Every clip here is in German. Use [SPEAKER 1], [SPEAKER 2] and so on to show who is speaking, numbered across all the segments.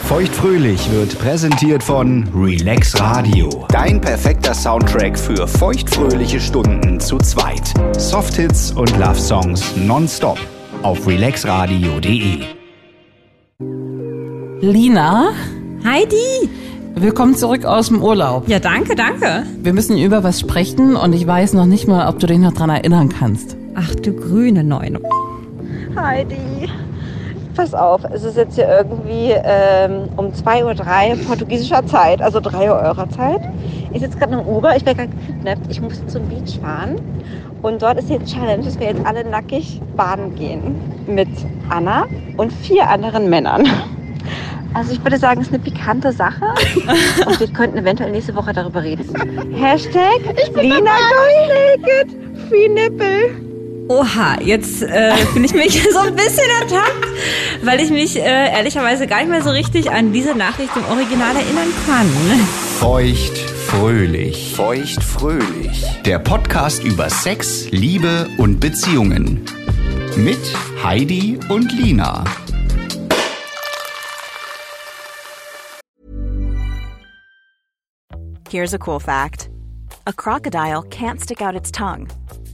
[SPEAKER 1] Feuchtfröhlich wird präsentiert von Relax Radio. Dein perfekter Soundtrack für feuchtfröhliche Stunden zu zweit. Softhits und Love Songs nonstop auf relaxradio.de.
[SPEAKER 2] Lina,
[SPEAKER 3] Heidi!
[SPEAKER 2] willkommen zurück aus dem Urlaub.
[SPEAKER 3] Ja, danke, danke.
[SPEAKER 2] Wir müssen über was sprechen und ich weiß noch nicht mal, ob du dich noch dran erinnern kannst.
[SPEAKER 3] Ach du grüne Neune.
[SPEAKER 4] Heidi, pass auf, es ist jetzt hier irgendwie ähm, um 2.03 Uhr portugiesischer Zeit, also 3 Uhr eurer Zeit. Ich sitze gerade im Uber, ich werde gerade gekidnappt, ich muss zum Beach fahren. Und dort ist die Challenge, dass wir jetzt alle nackig baden gehen. Mit Anna und vier anderen Männern. Also ich würde sagen, es ist eine pikante Sache. Und wir könnten eventuell nächste Woche darüber reden. Hashtag Lina Going Naked. Free Nipple.
[SPEAKER 3] Oha, jetzt äh, bin ich mich so ein bisschen ertappt, weil ich mich äh, ehrlicherweise gar nicht mehr so richtig an diese Nachricht im Original erinnern kann.
[SPEAKER 1] Feuchtfröhlich. Feuchtfröhlich. Der Podcast über Sex, Liebe und Beziehungen. Mit Heidi und Lina.
[SPEAKER 5] Here's a cool fact a crocodile can't stick out its tongue.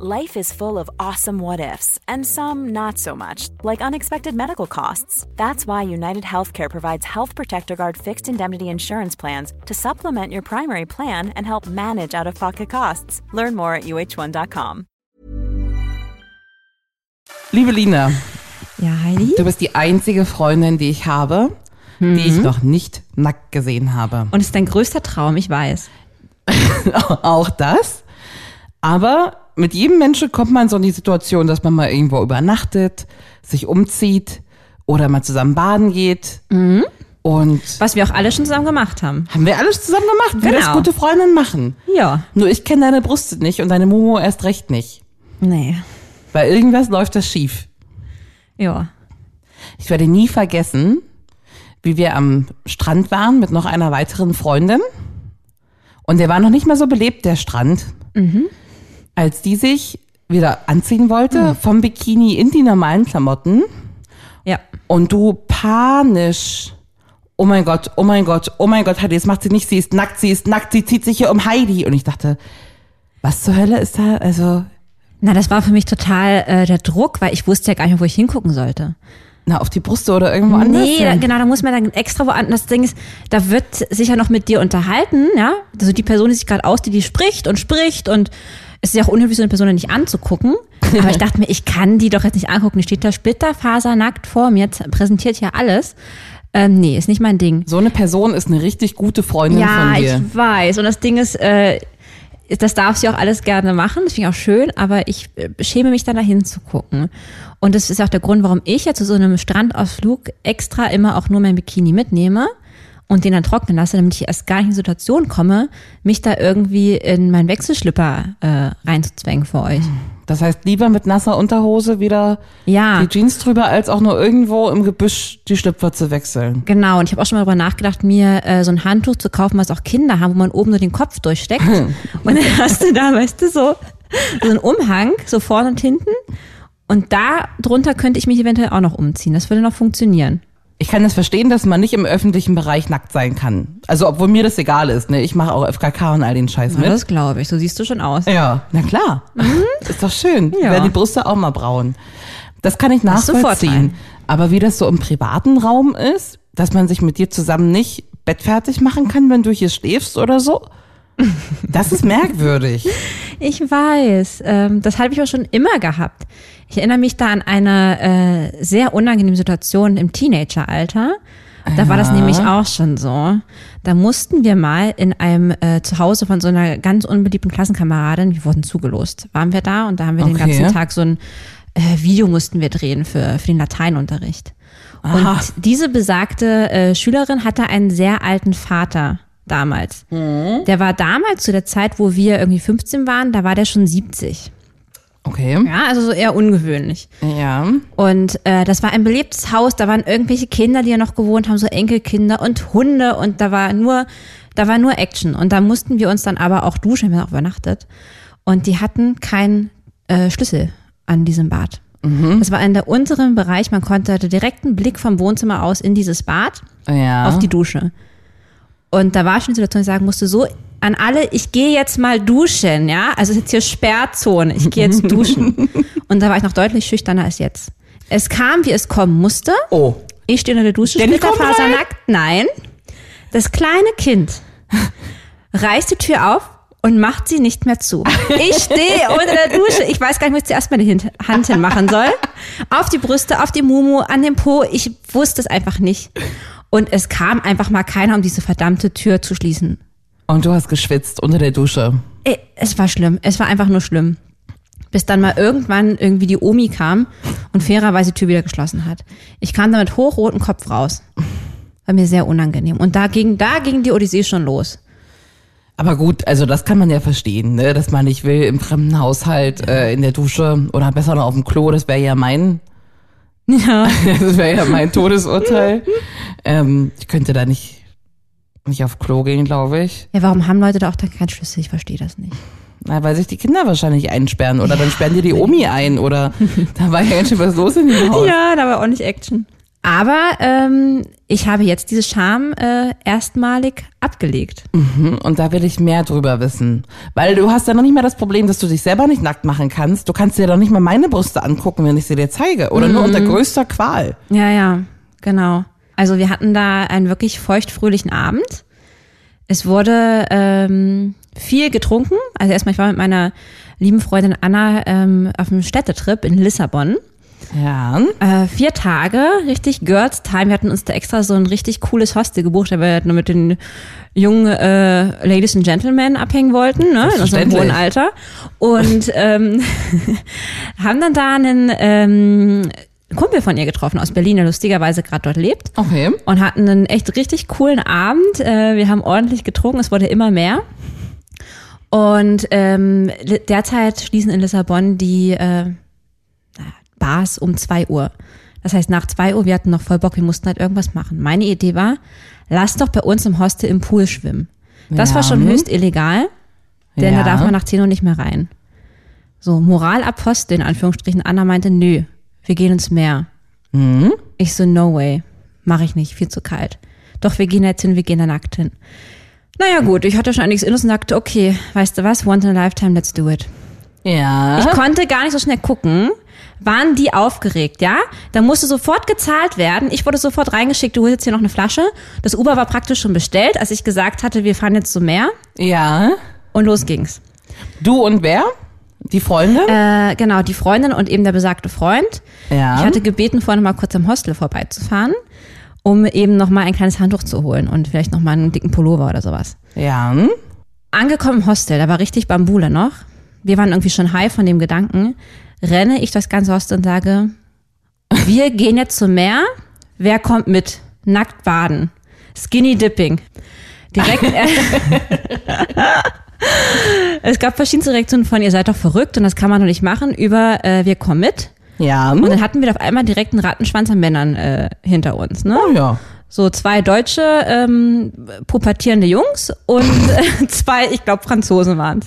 [SPEAKER 5] Life is full of awesome what ifs and some not so much, like unexpected medical costs. That's why United Healthcare provides Health Protector Guard fixed indemnity insurance plans to supplement your primary plan and help manage out of pocket costs. Learn more at uh1.com.
[SPEAKER 2] Liebe Lina,
[SPEAKER 3] Ja, Heidi?
[SPEAKER 2] du bist die einzige Freundin, die ich habe, die
[SPEAKER 3] Mhm.
[SPEAKER 2] ich noch nicht nackt gesehen habe.
[SPEAKER 3] Und es ist dein größter Traum, ich weiß.
[SPEAKER 2] Auch das. Aber mit jedem Menschen kommt man so in die Situation, dass man mal irgendwo übernachtet, sich umzieht oder mal zusammen baden geht.
[SPEAKER 3] Mhm.
[SPEAKER 2] Und
[SPEAKER 3] Was wir auch alle schon zusammen gemacht haben.
[SPEAKER 2] haben wir alles zusammen gemacht, wie das
[SPEAKER 3] Genau.
[SPEAKER 2] gute Freundinnen machen.
[SPEAKER 3] Ja.
[SPEAKER 2] Nur ich kenne deine Brüste nicht und deine Momo erst recht nicht.
[SPEAKER 3] Nee.
[SPEAKER 2] Bei irgendwas läuft das schief.
[SPEAKER 3] Ja.
[SPEAKER 2] Ich werde nie vergessen, wie wir am Strand waren mit noch einer weiteren Freundin. Und der war noch nicht mal so belebt, der Strand. Als die sich wieder anziehen wollte, vom Bikini in die normalen Klamotten.
[SPEAKER 3] Ja.
[SPEAKER 2] Und du panisch. Oh mein Gott, oh mein Gott, oh mein Gott, Heidi, das macht sie nicht, sie ist nackt, sie ist nackt, sie zieht sich hier um Heidi. Und ich dachte, was zur Hölle ist da? Also,
[SPEAKER 3] Na, das war für mich total äh, der Druck, weil ich wusste ja gar nicht mehr, wo ich hingucken sollte.
[SPEAKER 2] na, auf die Brüste oder irgendwo anders?
[SPEAKER 3] Nee, da,
[SPEAKER 2] hin.
[SPEAKER 3] genau, da muss man dann extra woanders. Das Ding ist, da wird sich ja noch mit dir unterhalten, ja. Also die Person, die sich gerade aus, die die spricht und spricht und es ist ja auch unhöflich, so eine Person dann nicht anzugucken. Aber ich dachte mir, ich kann die doch jetzt nicht angucken. Die steht da splitterfasernackt vor mir, z- präsentiert ja alles. Ähm, nee, ist nicht mein Ding.
[SPEAKER 2] So eine Person ist eine richtig gute Freundin
[SPEAKER 3] Ja,
[SPEAKER 2] von
[SPEAKER 3] ich
[SPEAKER 2] dir.
[SPEAKER 3] weiß. Und das Ding ist, äh, das darf sie auch alles gerne machen, das finde ich auch schön, aber ich äh, schäme mich dann dahin zu gucken. Und das ist auch der Grund, warum ich ja zu so einem Strandausflug extra immer auch nur mein Bikini mitnehme und den dann trocknen lasse, damit ich erst gar nicht in die Situation komme, mich da irgendwie in meinen Wechselschlipper äh, reinzuzwängen für euch.
[SPEAKER 2] Das heißt, lieber mit nasser Unterhose wieder
[SPEAKER 3] Ja.
[SPEAKER 2] die Jeans drüber, als auch nur irgendwo im Gebüsch die Schlüpfer zu wechseln.
[SPEAKER 3] Genau, und ich habe auch schon mal darüber nachgedacht, mir äh, so ein Handtuch zu kaufen, was auch Kinder haben, wo man oben nur den Kopf durchsteckt. und dann hast du da, weißt du, so, so einen Umhang, so vorne und hinten. Und da drunter könnte ich mich eventuell auch noch umziehen. Das würde noch funktionieren.
[SPEAKER 2] Ich kann das verstehen, dass man nicht im öffentlichen Bereich nackt sein kann. Also, obwohl mir das egal ist, ne? Ich mache auch FKK und all den Scheiß
[SPEAKER 3] Ja,
[SPEAKER 2] mit.
[SPEAKER 3] das glaube ich. So siehst du schon aus.
[SPEAKER 2] Ja, na klar. Ist doch schön.
[SPEAKER 3] Mhm. Ja.
[SPEAKER 2] Werden die Brüste auch mal braun. Das kann ich
[SPEAKER 3] Das ist ein
[SPEAKER 2] nachvollziehen.
[SPEAKER 3] Vorteil.
[SPEAKER 2] Aber wie das so im privaten Raum ist, dass man sich mit dir zusammen nicht bettfertig machen kann, wenn du hier schläfst oder so, Das ist merkwürdig.
[SPEAKER 3] Ich weiß, ähm, das habe ich auch schon immer gehabt. Ich erinnere mich da an eine äh, sehr unangenehme Situation im Teenageralter. Da war das nämlich auch schon so. Da mussten wir mal in einem äh, Zuhause von so einer ganz unbeliebten Klassenkameradin, wir wurden zugelost, waren wir da und da haben wir den
[SPEAKER 2] Okay.
[SPEAKER 3] ganzen Tag so ein äh, Video mussten wir drehen für, für den Lateinunterricht.
[SPEAKER 2] Aha.
[SPEAKER 3] Und diese besagte äh, Schülerin hatte einen sehr alten Vater damals. Der war damals zu der Zeit, wo wir irgendwie 15 waren, da war der schon 70.
[SPEAKER 2] Okay.
[SPEAKER 3] Ja, also so eher ungewöhnlich.
[SPEAKER 2] Ja.
[SPEAKER 3] Und äh, das war ein belebtes Haus, da waren irgendwelche Kinder, die ja noch gewohnt haben, so Enkelkinder und Hunde und da war nur, da war nur Action. Und da mussten wir uns dann aber auch duschen, wir haben auch übernachtet. Und die hatten keinen äh, Schlüssel an diesem Bad. Das war in der unteren Bereich, man konnte hatte direkten Blick vom Wohnzimmer aus in dieses Bad
[SPEAKER 2] Ja.
[SPEAKER 3] auf die Dusche. Und da war schon die Situation, ich sagen musste, so an alle, ich gehe jetzt mal duschen, ja? Also es ist jetzt hier Sperrzone, ich gehe jetzt duschen. Und da war ich noch deutlich schüchterner als jetzt. Es kam, wie es kommen musste.
[SPEAKER 2] Oh.
[SPEAKER 3] Ich stehe in der Dusche,
[SPEAKER 2] Danny, komm rein.
[SPEAKER 3] splitternackt. Nein. Das kleine Kind reißt die Tür auf und macht sie nicht mehr zu. Ich stehe unter der Dusche. Ich weiß gar nicht, wo ich zuerst meine Hin- Hand hinmachen soll. Auf die Brüste, auf die Mumu, an den Po. Ich wusste es einfach nicht. Und es kam einfach mal keiner, um diese verdammte Tür zu schließen.
[SPEAKER 2] Und du hast geschwitzt unter der Dusche.
[SPEAKER 3] Ey, Äh, Es war schlimm. Es war einfach nur schlimm. Bis dann mal irgendwann irgendwie die Omi kam und fairerweise die Tür wieder geschlossen hat. Ich kam da mit hochrotem Kopf raus. War mir sehr unangenehm. Und da ging, da ging die Odyssee schon los.
[SPEAKER 2] Aber gut, also das kann man ja verstehen, ne? dass man nicht will im fremden Haushalt, äh, in der Dusche oder besser noch auf dem Klo, das wäre ja mein,
[SPEAKER 3] Ja.
[SPEAKER 2] das wäre ja mein Todesurteil. ähm, ich könnte da nicht, nicht auf Klo gehen, glaube ich.
[SPEAKER 3] Ja, warum haben Leute da auch dann keinen Schlüssel? Ich verstehe das nicht.
[SPEAKER 2] Na, weil sich die Kinder wahrscheinlich einsperren oder dann sperren dir die Omi ein oder da war ja ganz schön was los in dem Haus.
[SPEAKER 3] Ja, da war auch nicht Action. Aber ähm, ich habe jetzt diese Scham äh, erstmalig abgelegt.
[SPEAKER 2] Und da will ich mehr drüber wissen. Weil du hast ja noch nicht mal das Problem, dass du dich selber nicht nackt machen kannst. Du kannst dir doch nicht mal meine Brüste angucken, wenn ich sie dir zeige. Oder nur unter größter Qual.
[SPEAKER 3] Ja, ja, genau. Also wir hatten da einen wirklich feuchtfröhlichen Abend. Es wurde ähm, viel getrunken. Also erstmal, ich war mit meiner lieben Freundin Anna ähm, auf einem Städtetrip in Lissabon.
[SPEAKER 2] Ja.
[SPEAKER 3] Äh, vier Tage, richtig Girls Time. Wir hatten uns da extra so ein richtig cooles Hostel gebucht, weil wir halt nur mit den jungen äh, Ladies and Gentlemen abhängen wollten, ne? In unserem
[SPEAKER 2] Selbstverständlich.
[SPEAKER 3] hohen Alter. Und ähm, haben dann da einen ähm, Kumpel von ihr getroffen aus Berlin, der lustigerweise gerade dort lebt.
[SPEAKER 2] Okay.
[SPEAKER 3] Und hatten einen echt richtig coolen Abend. Äh, wir haben ordentlich getrunken, es wurde immer mehr. Und ähm, li- derzeit schließen in Lissabon die äh, na, Bars um 2 Uhr. Das heißt, nach 2 Uhr, wir hatten noch voll Bock, wir mussten halt irgendwas machen. Meine Idee war, lass doch bei uns im Hostel im Pool schwimmen. Das war
[SPEAKER 2] Ja.
[SPEAKER 3] schon höchst illegal, denn
[SPEAKER 2] Ja.
[SPEAKER 3] da darf man nach 10 Uhr nicht mehr rein. So, Moralapostel in Anführungsstrichen. Anna meinte, nö, wir gehen ins Meer.
[SPEAKER 2] Mhm.
[SPEAKER 3] Ich so, no way, mache ich nicht, viel zu kalt. Doch, wir gehen jetzt hin, wir gehen da nackt hin. Naja gut, ich hatte schon einiges in uns und sagte, okay, weißt du was, once in a lifetime, let's do it.
[SPEAKER 2] Ja.
[SPEAKER 3] Ich konnte gar nicht so schnell gucken, waren die aufgeregt, ja? Da musste sofort gezahlt werden, ich wurde sofort reingeschickt, du holst jetzt hier noch eine Flasche. Das Uber war praktisch schon bestellt, als ich gesagt hatte, wir fahren jetzt zum Meer
[SPEAKER 2] ja.
[SPEAKER 3] und los ging's.
[SPEAKER 2] Du und wer? Die Freunde?
[SPEAKER 3] Äh, genau, die Freundin und eben der besagte Freund.
[SPEAKER 2] ja.
[SPEAKER 3] Ich hatte gebeten, vorhin mal kurz am Hostel vorbeizufahren, um eben nochmal ein kleines Handtuch zu holen und vielleicht nochmal einen dicken Pullover oder sowas.
[SPEAKER 2] ja.
[SPEAKER 3] Angekommen im Hostel, da war richtig Bambule noch. Wir waren irgendwie schon high von dem Gedanken. Renne ich durchs ganze Hostel und sage, wir gehen jetzt zum Meer. Wer kommt mit? Nackt baden. Skinny Dipping. Direkt. Äh, es gab verschiedenste Reaktionen von, ihr seid doch verrückt und das kann man doch nicht machen, über äh, wir kommen mit.
[SPEAKER 2] Ja.
[SPEAKER 3] Und dann hatten wir auf einmal direkt einen Rattenschwanz an Männern äh, hinter uns. Ne?
[SPEAKER 2] oh ja.
[SPEAKER 3] So zwei deutsche ähm, pubertierende Jungs und äh, zwei, ich glaube, Franzosen waren's,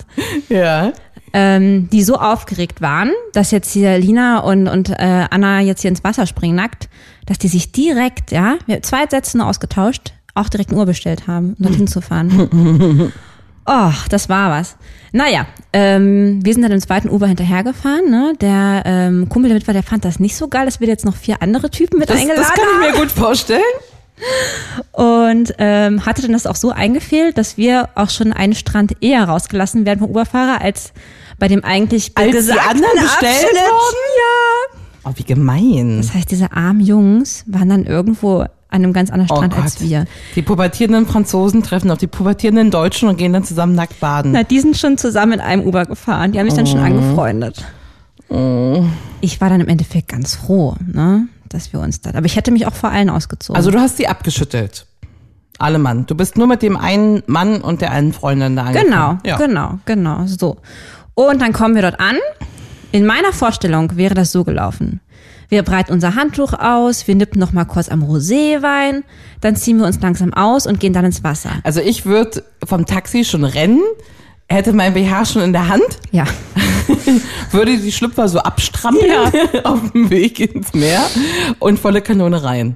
[SPEAKER 2] Ja.
[SPEAKER 3] ähm, die so aufgeregt waren, dass jetzt hier Lina und, und äh, Anna jetzt hier ins Wasser springen nackt, dass die sich direkt, ja, wir haben zwei Sätze nur ausgetauscht, auch direkt eine Uhr bestellt haben, um dorthin zu fahren. Oh, das war was. Naja, ähm, wir sind dann im zweiten Uber hinterhergefahren. Ne? Der ähm, Kumpel, der mit war, der fand das nicht so geil, dass wir jetzt noch vier andere Typen mit
[SPEAKER 2] Das,
[SPEAKER 3] eingeladen
[SPEAKER 2] das kann
[SPEAKER 3] haben.
[SPEAKER 2] ich mir gut vorstellen.
[SPEAKER 3] Und ähm, hatte dann das auch so eingefehlt, dass wir auch schon einen Strand eher rausgelassen werden vom Uberfahrer, als bei dem eigentlich
[SPEAKER 2] Als die
[SPEAKER 3] besagten
[SPEAKER 2] anderen bestellt
[SPEAKER 3] Abschnitt.
[SPEAKER 2] wurden?
[SPEAKER 3] Ja.
[SPEAKER 2] Oh, wie gemein.
[SPEAKER 3] Das heißt, diese armen Jungs waren dann irgendwo an einem ganz anderen
[SPEAKER 2] Oh
[SPEAKER 3] Strand als wir.
[SPEAKER 2] Die pubertierenden Franzosen treffen auf die pubertierenden Deutschen und gehen dann zusammen nackt baden.
[SPEAKER 3] Na, die sind schon zusammen in einem Uber gefahren. Die haben mich dann
[SPEAKER 2] Mhm.
[SPEAKER 3] schon angefreundet. Ich war dann im Endeffekt ganz froh, ne, dass wir uns dann. Aber ich hätte mich auch vor allen ausgezogen.
[SPEAKER 2] Also du hast sie abgeschüttelt. Alle Mann. Du bist nur mit dem einen Mann und der einen Freundin da
[SPEAKER 3] genau,
[SPEAKER 2] angekommen. Ja.
[SPEAKER 3] genau, genau, so. Und dann kommen wir dort an. In meiner Vorstellung wäre das so gelaufen. Wir breiten unser Handtuch aus, wir nippen noch mal kurz am Roséwein, dann ziehen wir uns langsam aus und gehen dann ins Wasser.
[SPEAKER 2] Also ich würde vom Taxi schon rennen, hätte mein BH schon in der Hand,
[SPEAKER 3] Ja.
[SPEAKER 2] würde die Schlüpfer so abstrampeln auf dem Weg ins Meer und volle Kanone rein.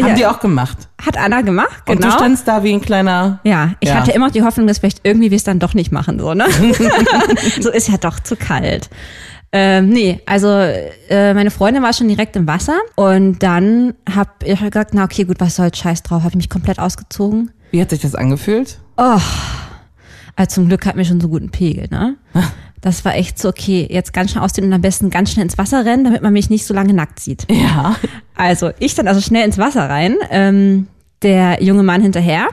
[SPEAKER 2] Haben
[SPEAKER 3] Ja.
[SPEAKER 2] die auch gemacht.
[SPEAKER 3] Hat Anna gemacht,
[SPEAKER 2] Und
[SPEAKER 3] genau.
[SPEAKER 2] du standst da wie ein kleiner...
[SPEAKER 3] Ja, ich
[SPEAKER 2] Ja.
[SPEAKER 3] hatte immer die Hoffnung, dass vielleicht irgendwie wir es dann doch nicht machen, so, ne? so ist ja doch zu kalt. Ähm, nee, also äh, meine Freundin war schon direkt im Wasser und dann hab ich gesagt, na okay, gut, was soll's, scheiß drauf, habe ich mich komplett ausgezogen.
[SPEAKER 2] Wie hat sich das angefühlt?
[SPEAKER 3] Also zum Glück hatten wir schon so guten Pegel, ne? Das war echt so, okay, jetzt ganz schnell ausziehen und am besten ganz schnell ins Wasser rennen, damit man mich nicht so lange nackt sieht.
[SPEAKER 2] Ja.
[SPEAKER 3] Also ich dann also schnell ins Wasser rein, ähm, der junge Mann hinterher.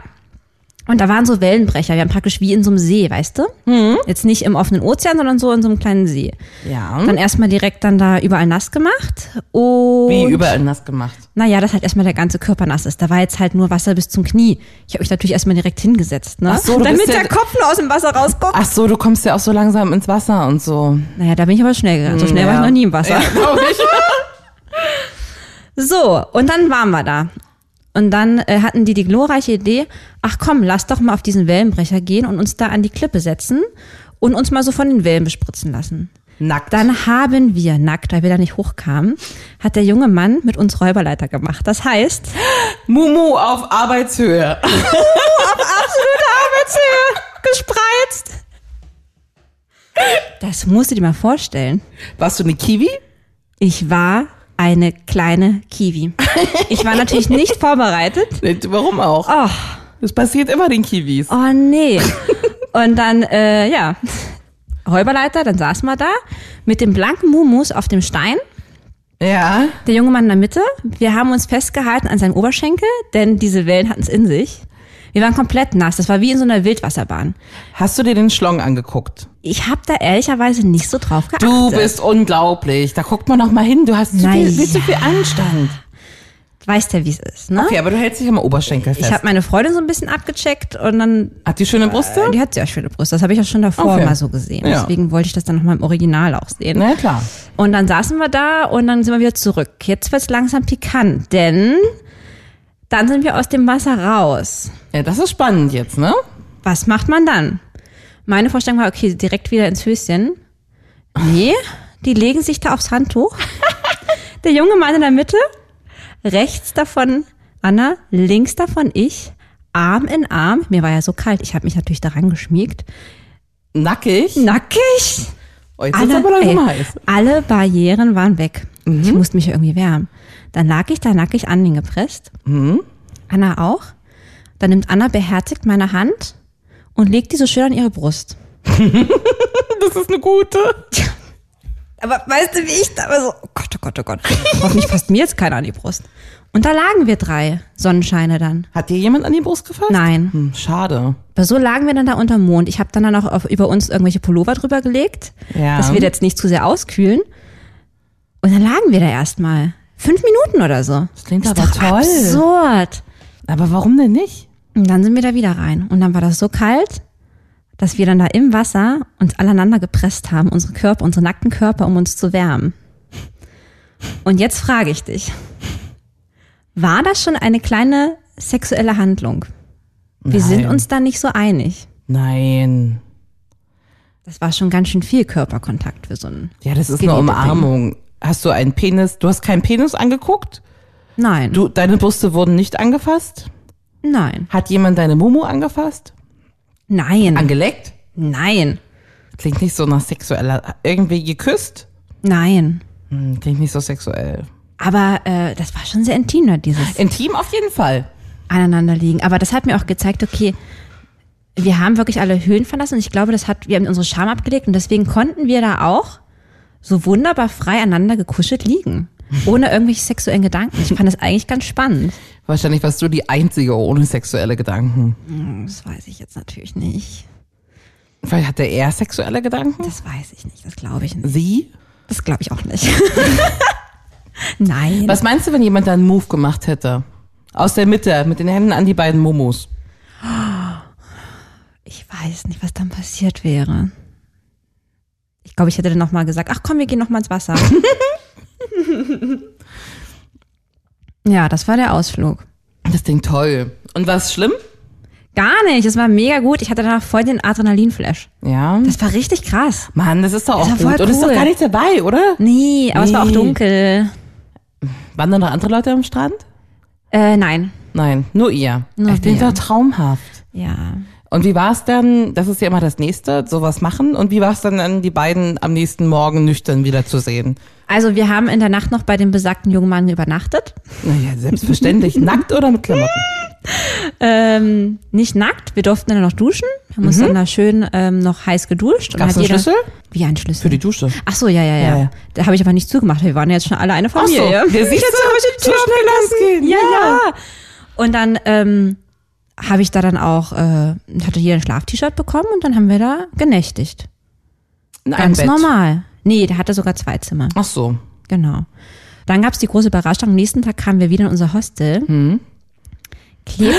[SPEAKER 3] Und da waren so Wellenbrecher. Wir haben praktisch wie in so einem See, weißt du?
[SPEAKER 2] Mhm.
[SPEAKER 3] Jetzt nicht im offenen Ozean, sondern so in so einem kleinen See.
[SPEAKER 2] Ja.
[SPEAKER 3] Dann erstmal direkt dann da überall nass gemacht. Und
[SPEAKER 2] Wie überall nass gemacht.
[SPEAKER 3] Naja, dass halt erstmal der ganze Körper nass ist. Da war jetzt halt nur Wasser bis zum Knie. Ich habe mich natürlich erstmal direkt hingesetzt, ne?
[SPEAKER 2] Ach so, du
[SPEAKER 3] Damit
[SPEAKER 2] bist ja-
[SPEAKER 3] der Kopf nur aus dem Wasser rausguckt.
[SPEAKER 2] Ach so, du kommst ja auch so langsam ins Wasser und so.
[SPEAKER 3] Naja, da bin ich aber schnell gegangen. So schnell war ich
[SPEAKER 2] Ja.
[SPEAKER 3] noch nie im Wasser.
[SPEAKER 2] Glaub ich.
[SPEAKER 3] So, und dann waren wir da. Und dann äh, hatten die die glorreiche Idee, ach komm, lass doch mal auf diesen Wellenbrecher gehen und uns da an die Klippe setzen und uns mal so von den Wellen bespritzen lassen.
[SPEAKER 2] Nackt.
[SPEAKER 3] Dann haben wir, nackt, weil wir da nicht hochkamen, hat der junge Mann mit uns Räuberleiter gemacht. Das heißt,
[SPEAKER 2] Mumu auf Arbeitshöhe.
[SPEAKER 3] gespreizt. Das musst du dir mal vorstellen.
[SPEAKER 2] Warst du eine Kiwi?
[SPEAKER 3] Ich war eine kleine Kiwi. Ich war natürlich nicht vorbereitet.
[SPEAKER 2] Nee, Warum auch? Das passiert immer den Kiwis.
[SPEAKER 3] Oh nee. Und dann, äh, ja, Räuberleiter, dann saß man da mit dem blanken Mumus auf dem Stein,
[SPEAKER 2] Ja.
[SPEAKER 3] der junge Mann in der Mitte. Wir haben uns festgehalten an seinem Oberschenkel, denn diese Wellen hatten es in sich. Wir waren komplett nass. Das war wie in so einer Wildwasserbahn.
[SPEAKER 2] Hast du dir den Schlong angeguckt?
[SPEAKER 3] Ich habe da ehrlicherweise nicht so drauf geachtet.
[SPEAKER 2] Du bist unglaublich. Da guckt man noch mal hin. Du hast zu
[SPEAKER 3] Na
[SPEAKER 2] viel, viel zu
[SPEAKER 3] ja.
[SPEAKER 2] viel Anstand.
[SPEAKER 3] Weißt ja, wie es ist, ne?
[SPEAKER 2] Okay, aber du hältst dich am Oberschenkel fest.
[SPEAKER 3] Ich habe meine Freundin so ein bisschen abgecheckt und dann
[SPEAKER 2] Hat die schöne Brüste?
[SPEAKER 3] Die hat sehr schöne Brüste. Das habe ich ja schon davor
[SPEAKER 2] Okay.
[SPEAKER 3] mal so gesehen.
[SPEAKER 2] Ja.
[SPEAKER 3] Deswegen wollte ich das dann nochmal im Original auch sehen.
[SPEAKER 2] Na ja, klar.
[SPEAKER 3] Und dann saßen wir da und dann sind wir wieder zurück. Jetzt wird's langsam pikant, denn dann sind wir aus dem Wasser raus.
[SPEAKER 2] Ja, das ist spannend jetzt, ne?
[SPEAKER 3] Was macht man dann? Meine Vorstellung war, okay, direkt wieder ins Höschen. Nee, die legen sich da aufs Handtuch. Der junge Mann in der Mitte, rechts davon Anna, links davon ich, Arm in Arm. Mir war ja so kalt, ich habe mich natürlich daran geschmiegt.
[SPEAKER 2] Nackig.
[SPEAKER 3] Nackig.
[SPEAKER 2] Oh, jetzt ist aber
[SPEAKER 3] ey,
[SPEAKER 2] langsam heiß. Mhm.
[SPEAKER 3] alle Barrieren waren weg. Ich musste mich irgendwie wärmen. Dann lag ich da nackig an den gepresst.
[SPEAKER 2] Mhm.
[SPEAKER 3] Anna auch. Dann nimmt Anna beherzigt meine Hand und legt die so schön an ihre Brust.
[SPEAKER 2] Das ist eine gute.
[SPEAKER 3] Aber weißt du, wie ich da war so, oh Gott, oh Gott, oh Gott. Hoffentlich passt mir jetzt keiner an die Brust. Und da lagen wir drei Sonnenscheine dann.
[SPEAKER 2] Hat dir jemand an die Brust gefasst?
[SPEAKER 3] Nein.
[SPEAKER 2] Hm, schade.
[SPEAKER 3] Aber so lagen wir dann da unterm Mond. Ich habe dann dann auch auf, über uns irgendwelche Pullover drüber gelegt,
[SPEAKER 2] Ja.
[SPEAKER 3] dass wir jetzt nicht zu sehr auskühlen. Und dann lagen wir da erstmal. Fünf Minuten oder so.
[SPEAKER 2] Das klingt aber toll.
[SPEAKER 3] Absurd.
[SPEAKER 2] Aber warum denn nicht?
[SPEAKER 3] Und dann sind wir da wieder rein. Und dann war das so kalt, dass wir dann da im Wasser uns alleinander gepresst haben, unsere Körper, unsere nackten Körper, um uns zu wärmen. Und jetzt frage ich dich, war das schon eine kleine sexuelle Handlung? Wir sind
[SPEAKER 2] Nein.
[SPEAKER 3] uns da nicht so einig.
[SPEAKER 2] Nein.
[SPEAKER 3] Das war schon ganz schön viel Körperkontakt für so einen.
[SPEAKER 2] Ja, das ist eine
[SPEAKER 3] Geräte
[SPEAKER 2] Umarmung. Hast du einen Penis? Du hast keinen Penis angeguckt?
[SPEAKER 3] Nein.
[SPEAKER 2] Du, deine Brüste wurden nicht angefasst?
[SPEAKER 3] Nein.
[SPEAKER 2] Hat jemand deine Mumu angefasst?
[SPEAKER 3] Nein.
[SPEAKER 2] Angeleckt?
[SPEAKER 3] Nein.
[SPEAKER 2] Klingt nicht so nach sexueller. Irgendwie geküsst?
[SPEAKER 3] Nein.
[SPEAKER 2] Hm, klingt nicht so sexuell.
[SPEAKER 3] Aber äh, das war schon sehr intim, ne, dieses
[SPEAKER 2] Intim auf jeden Fall.
[SPEAKER 3] aneinander liegen. Aber das hat mir auch gezeigt, okay, wir haben wirklich alle Höhen verlassen und ich glaube, das hat, wir haben unsere Scham abgelegt und deswegen konnten wir da auch so wunderbar frei aneinander gekuschelt liegen. Ohne irgendwelche sexuellen Gedanken. Ich fand das eigentlich ganz spannend.
[SPEAKER 2] Wahrscheinlich warst du die Einzige ohne sexuelle Gedanken.
[SPEAKER 3] Das weiß ich jetzt natürlich nicht.
[SPEAKER 2] Vielleicht hatte er sexuelle Gedanken?
[SPEAKER 3] Das weiß ich nicht. Das glaube ich nicht.
[SPEAKER 2] Sie?
[SPEAKER 3] Das glaube ich auch nicht. Nein.
[SPEAKER 2] Was meinst du, wenn jemand da einen Move gemacht hätte? Aus der Mitte, mit den Händen an die beiden Momos.
[SPEAKER 3] Ich weiß nicht, was dann passiert wäre. Ich glaube, ich hätte dann nochmal gesagt, ach komm, wir gehen nochmal ins Wasser. ja, das war der Ausflug.
[SPEAKER 2] Das Ding toll. Und war es schlimm?
[SPEAKER 3] Gar nicht, es war mega gut. Ich hatte danach voll den Adrenalinflash.
[SPEAKER 2] Ja.
[SPEAKER 3] Das war richtig krass.
[SPEAKER 2] Mann, das ist doch auch
[SPEAKER 3] Das
[SPEAKER 2] gut.
[SPEAKER 3] war voll
[SPEAKER 2] Und ist doch
[SPEAKER 3] cool.
[SPEAKER 2] gar nicht dabei, oder?
[SPEAKER 3] Nee, aber es war auch
[SPEAKER 2] Nee.
[SPEAKER 3] dunkel.
[SPEAKER 2] Waren da noch andere Leute am Strand?
[SPEAKER 3] Äh, nein.
[SPEAKER 2] Nein, nur ihr.
[SPEAKER 3] Nur
[SPEAKER 2] ich bin
[SPEAKER 3] wir.
[SPEAKER 2] doch traumhaft.
[SPEAKER 3] Ja.
[SPEAKER 2] Und wie war es dann, das ist ja immer das Nächste, sowas machen. Und wie war es dann, dann, die beiden am nächsten Morgen nüchtern wiederzusehen?
[SPEAKER 3] Also wir haben in der Nacht noch bei dem besagten jungen Mann übernachtet.
[SPEAKER 2] Naja, selbstverständlich. Nackt oder mit Klamotten?
[SPEAKER 3] Ähm, nicht nackt, wir durften dann noch duschen. Haben uns dann da schön ähm, noch heiß geduscht. Und
[SPEAKER 2] Gab's
[SPEAKER 3] hat
[SPEAKER 2] einen
[SPEAKER 3] jeder-
[SPEAKER 2] Schlüssel?
[SPEAKER 3] Wie ein Mhm. Schlüssel?
[SPEAKER 2] Für die Dusche.
[SPEAKER 3] Ach so, ja, ja, ja.
[SPEAKER 2] Ja, ja.
[SPEAKER 3] Da habe ich aber nicht zugemacht. Wir waren ja jetzt schon alle eine Familie.
[SPEAKER 2] Der sieht so, habe ich den Tür gelassen.
[SPEAKER 3] Ja, ja. Und dann ähm, habe ich da dann auch, äh, hatte jeder ein Schlaf-T-Shirt bekommen und dann haben wir da genächtigt.
[SPEAKER 2] In einem
[SPEAKER 3] Ganz
[SPEAKER 2] Bett.
[SPEAKER 3] normal. Nee, der hatte sogar zwei Zimmer.
[SPEAKER 2] Ach so.
[SPEAKER 3] Genau. Dann gab es die große Überraschung. Am nächsten Tag kamen wir wieder in unser Hostel.
[SPEAKER 2] Hm.
[SPEAKER 3] Klebte.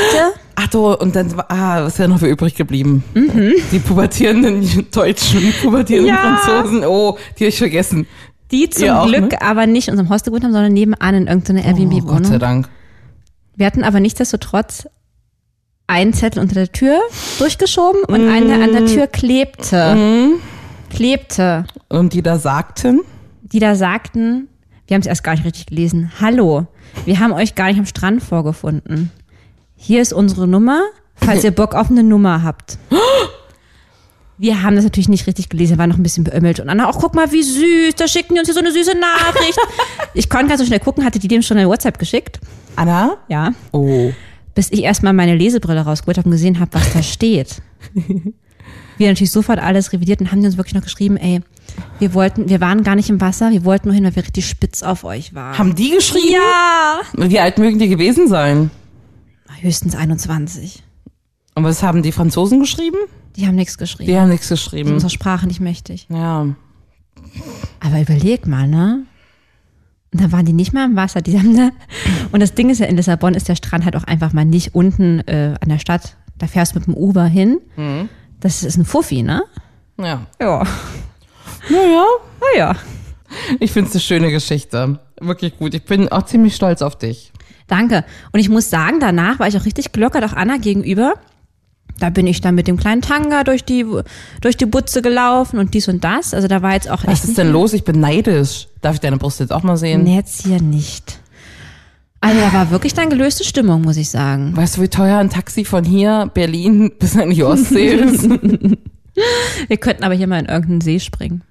[SPEAKER 2] Ach so, und dann, war- ah, was ist ja noch für übrig geblieben? Die pubertierenden Deutschen, die pubertierenden
[SPEAKER 3] Mhm. Ja.
[SPEAKER 2] Franzosen. Oh, die habe ich vergessen.
[SPEAKER 3] Die zum
[SPEAKER 2] Ihr auch,
[SPEAKER 3] Glück
[SPEAKER 2] ne?
[SPEAKER 3] aber nicht in unserem Hostel gewohnt haben, sondern nebenan in irgendeiner
[SPEAKER 2] Oh, Gott
[SPEAKER 3] Airbnb-Wohnung.
[SPEAKER 2] sei Dank.
[SPEAKER 3] Wir hatten aber nichtsdestotrotz einen Zettel unter der Tür durchgeschoben und eine an der Tür klebte. Klebte.
[SPEAKER 2] Und die da sagten,
[SPEAKER 3] Die da sagten, wir haben es erst gar nicht richtig gelesen. Hallo, wir haben euch gar nicht am Strand vorgefunden. Hier ist unsere Nummer, falls ihr Bock auf eine Nummer habt. Wir haben das natürlich nicht richtig gelesen, waren noch ein bisschen beömmelt. Und Anna, auch guck mal, wie süß, da schicken die uns hier so eine süße Nachricht. ich konnte gar nicht so schnell gucken, hatte die dem schon eine WhatsApp geschickt.
[SPEAKER 2] Anna,
[SPEAKER 3] Ja.
[SPEAKER 2] oh,
[SPEAKER 3] bis ich erstmal meine Lesebrille rausgeholt habe und gesehen habe, was da steht. Wir natürlich sofort alles revidiert und haben die uns wirklich noch geschrieben, ey, wir wollten, wir waren gar nicht im Wasser, wir wollten nur hin, weil wir richtig spitz auf euch waren.
[SPEAKER 2] haben die geschrieben?
[SPEAKER 3] ja!
[SPEAKER 2] Wie alt mögen die gewesen sein?
[SPEAKER 3] Höchstens 21.
[SPEAKER 2] Und was haben die Franzosen geschrieben?
[SPEAKER 3] Die haben nichts geschrieben.
[SPEAKER 2] Die haben nichts
[SPEAKER 3] Die
[SPEAKER 2] geschrieben.
[SPEAKER 3] Unsere Sprache nicht mächtig.
[SPEAKER 2] Ja.
[SPEAKER 3] Aber überleg mal, ne? Und dann waren die nicht mal im Wasser. Die haben da und das Ding ist ja, in Lissabon ist der Strand halt auch einfach mal nicht unten äh, an der Stadt. Da fährst du mit dem Uber hin. Das ist ein Fuffi, ne?
[SPEAKER 2] Mhm.
[SPEAKER 3] Ah
[SPEAKER 2] Ja.
[SPEAKER 3] Ja.
[SPEAKER 2] Naja,
[SPEAKER 3] Naja.
[SPEAKER 2] ich finde es eine schöne Geschichte. Wirklich gut. Ich bin auch ziemlich stolz auf dich.
[SPEAKER 3] Danke. Und ich muss sagen, danach war ich auch richtig gelockert, auch Anna gegenüber. Da bin ich dann mit dem kleinen Tanga durch die, durch die Butze gelaufen und dies und das. Also da war jetzt auch
[SPEAKER 2] Was
[SPEAKER 3] echt.
[SPEAKER 2] ist denn los? Ich bin neidisch. Darf ich deine Brust jetzt auch mal sehen?
[SPEAKER 3] Nee, jetzt hier nicht. Also da war wirklich dann gelöste Stimmung, muss ich sagen.
[SPEAKER 2] Weißt du, wie teuer ein Taxi von hier, Berlin, bis an die Ostsee ist?
[SPEAKER 3] Wir könnten aber hier mal in irgendeinen See springen.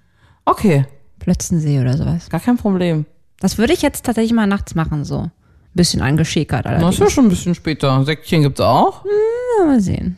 [SPEAKER 2] Okay,
[SPEAKER 3] Plötzensee oder sowas.
[SPEAKER 2] gar kein Problem.
[SPEAKER 3] Das würde ich jetzt tatsächlich mal nachts machen, so. Ein bisschen angeschickert
[SPEAKER 2] Das ist
[SPEAKER 3] allerdings.
[SPEAKER 2] ja schon ein bisschen später. Säckchen gibt's auch.
[SPEAKER 3] Mal sehen.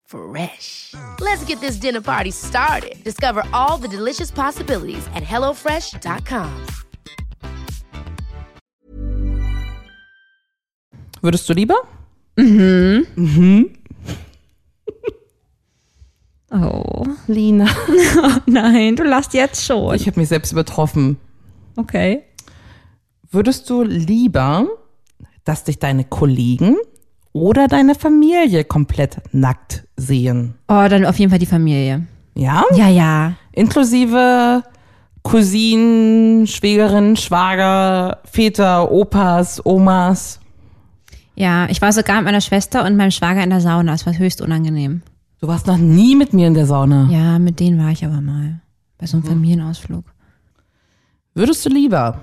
[SPEAKER 6] Fresh. Let's get this dinner party started. Discover all the delicious possibilities at hellofresh.com.
[SPEAKER 2] Würdest du lieber? Lina.
[SPEAKER 3] Oh. Nein, du lachst jetzt schon.
[SPEAKER 2] Ich habe mich selbst übertroffen.
[SPEAKER 3] okay.
[SPEAKER 2] Würdest du lieber, dass dich deine Kollegen oder deine Familie komplett nackt sehen?
[SPEAKER 3] Oh, dann auf jeden Fall die Familie.
[SPEAKER 2] Ja?
[SPEAKER 3] Ja, ja.
[SPEAKER 2] Inklusive Cousinen, Schwägerin, Schwager, Väter, Opas, Omas.
[SPEAKER 3] Ja, ich war sogar mit meiner Schwester und meinem Schwager in der Sauna. Das war höchst unangenehm.
[SPEAKER 2] Du warst noch nie mit mir in der Sauna.
[SPEAKER 3] Ja, mit denen war ich aber mal. Bei so einem Familienausflug.
[SPEAKER 2] Würdest du lieber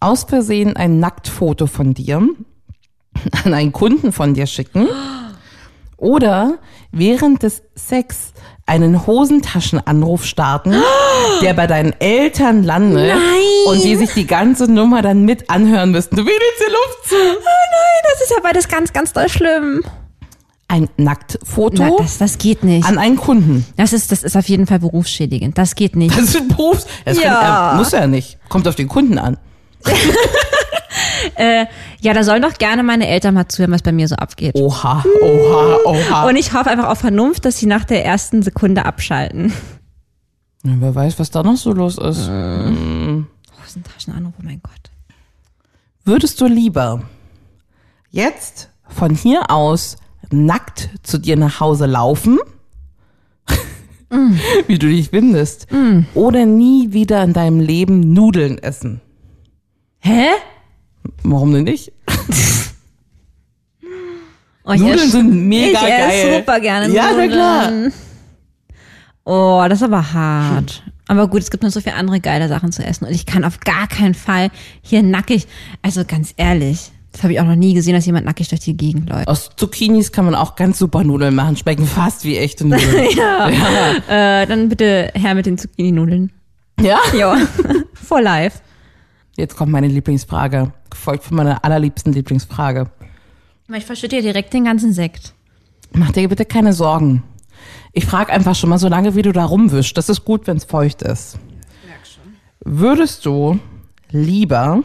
[SPEAKER 2] aus Versehen ein Nacktfoto von dir an einen Kunden von dir schicken oder während des Sex einen Hosentaschenanruf starten, der bei deinen Eltern landet und die sich die ganze Nummer dann mit anhören müssen. Du wedelst die Luft zu.
[SPEAKER 3] Das ist ja beides ganz, ganz doll schlimm.
[SPEAKER 2] Ein Nacktfoto
[SPEAKER 3] Na, das, das geht nicht.
[SPEAKER 2] an einen Kunden.
[SPEAKER 3] Das ist, das ist auf jeden Fall berufsschädigend. Das geht nicht.
[SPEAKER 2] Das ist ein Berufs. Das
[SPEAKER 3] Ja.
[SPEAKER 2] kann, er, muss er nicht. Kommt auf den Kunden an.
[SPEAKER 3] Ja, da sollen doch gerne meine Eltern mal zuhören, was bei mir so abgeht.
[SPEAKER 2] Oha, oha, oha.
[SPEAKER 3] Und ich hoffe einfach auf Vernunft, dass sie nach der ersten Sekunde abschalten.
[SPEAKER 2] Ja, Wer weiß, was da noch so los ist.
[SPEAKER 3] Hosentaschenanruf, oh mein Gott.
[SPEAKER 2] Würdest du lieber jetzt von hier aus nackt zu dir nach Hause laufen, wie du dich bindest, oder nie wieder in deinem Leben Nudeln essen?
[SPEAKER 3] Hä?
[SPEAKER 2] Warum denn nicht?
[SPEAKER 3] Oh, ich
[SPEAKER 2] Nudeln
[SPEAKER 3] ess-
[SPEAKER 2] sind mega
[SPEAKER 3] ich
[SPEAKER 2] geil.
[SPEAKER 3] esse super gerne
[SPEAKER 2] Ja,
[SPEAKER 3] Nudeln.
[SPEAKER 2] na klar.
[SPEAKER 3] Oh, das ist aber hart. Aber gut, es gibt noch so viele andere geile Sachen zu essen. Und ich kann auf gar keinen Fall hier nackig, also ganz ehrlich, das habe ich auch noch nie gesehen, dass jemand nackig durch die Gegend läuft.
[SPEAKER 2] Aus Zucchinis kann man auch ganz super Nudeln machen, schmecken fast wie echte Nudeln. ja. ja.
[SPEAKER 3] Äh, dann bitte her mit den Zucchini-Nudeln.
[SPEAKER 2] Ja?
[SPEAKER 3] Ja, for life.
[SPEAKER 2] Jetzt kommt meine Lieblingsfrage, gefolgt von meiner allerliebsten Lieblingsfrage.
[SPEAKER 3] Ich verschütte dir direkt den ganzen Sekt.
[SPEAKER 2] Mach dir bitte keine Sorgen. Ich frage einfach schon mal so lange, wie du da rumwischst. Das ist gut, wenn es feucht ist. Würdest du lieber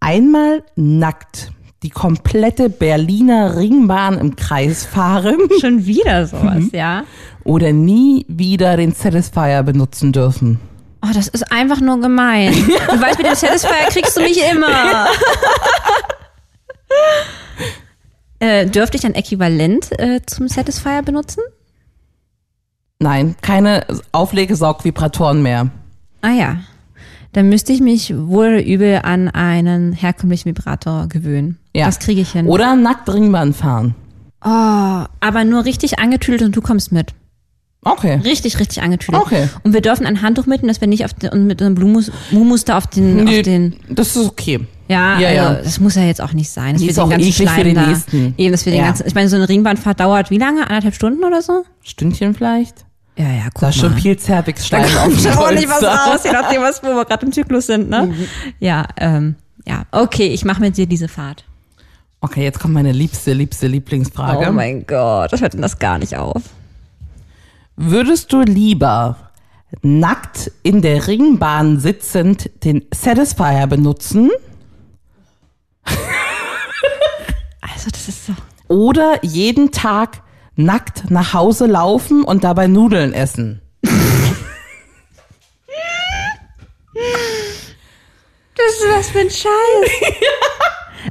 [SPEAKER 2] einmal nackt die komplette Berliner Ringbahn im Kreis fahren
[SPEAKER 3] Schon wieder sowas, ja?
[SPEAKER 2] oder nie wieder den Satisfier benutzen dürfen?
[SPEAKER 3] Oh, das ist einfach nur gemein. Du weißt, mit dem Satisfier kriegst du mich immer. äh, dürfte ich ein Äquivalent äh, zum Satisfier benutzen?
[SPEAKER 2] Nein, keine Auflegesaugvibratoren mehr.
[SPEAKER 3] Ah ja. Dann müsste ich mich wohl oder übel an einen herkömmlichen Vibrator gewöhnen.
[SPEAKER 2] Ja.
[SPEAKER 3] Das kriege ich hin.
[SPEAKER 2] Oder nackt Ringbahn fahren.
[SPEAKER 3] Oh, aber nur richtig angetüdelt und du kommst mit.
[SPEAKER 2] Okay.
[SPEAKER 3] Richtig, richtig angetüdelt.
[SPEAKER 2] Okay.
[SPEAKER 3] Und wir dürfen ein Handtuch mitnehmen, dass wir nicht auf den, und mit einem Blumus, Mumuster auf den,
[SPEAKER 2] Nee,
[SPEAKER 3] auf den
[SPEAKER 2] das ist okay.
[SPEAKER 3] Ja,
[SPEAKER 2] Ja,
[SPEAKER 3] also,
[SPEAKER 2] ja.
[SPEAKER 3] das muss ja jetzt auch nicht sein. Dass
[SPEAKER 2] Die
[SPEAKER 3] wir
[SPEAKER 2] ist
[SPEAKER 3] den
[SPEAKER 2] auch
[SPEAKER 3] ganzen
[SPEAKER 2] eklig für
[SPEAKER 3] Schleim
[SPEAKER 2] den
[SPEAKER 3] da,
[SPEAKER 2] Nächsten.
[SPEAKER 3] Eben, dass wir den
[SPEAKER 2] Ja.
[SPEAKER 3] ganzen, ich meine, so eine Ringbahnfahrt dauert wie lange? Anderthalb Stunden oder so?
[SPEAKER 2] Stündchen vielleicht?
[SPEAKER 3] Ja, ja, guck
[SPEAKER 2] Da ist schon
[SPEAKER 3] mal.
[SPEAKER 2] viel Zervixstein auf
[SPEAKER 3] Da kommt
[SPEAKER 2] dem
[SPEAKER 3] schon ordentlich was
[SPEAKER 2] Polster.
[SPEAKER 3] raus, je nachdem, was, wo wir gerade im Zyklus sind, ne? Ja, ähm, ja. Okay, ich mache mit dir diese Fahrt.
[SPEAKER 2] Okay, jetzt kommt meine liebste, liebste Lieblingsfrage.
[SPEAKER 3] Oh mein Gott, das hört denn das gar nicht auf.
[SPEAKER 2] Würdest du lieber nackt in der Ringbahn sitzend den Satisfier benutzen
[SPEAKER 3] Also, das ist so.
[SPEAKER 2] oder jeden Tag nackt nach Hause laufen und dabei Nudeln essen?
[SPEAKER 3] Das ist was für ein Scheiß.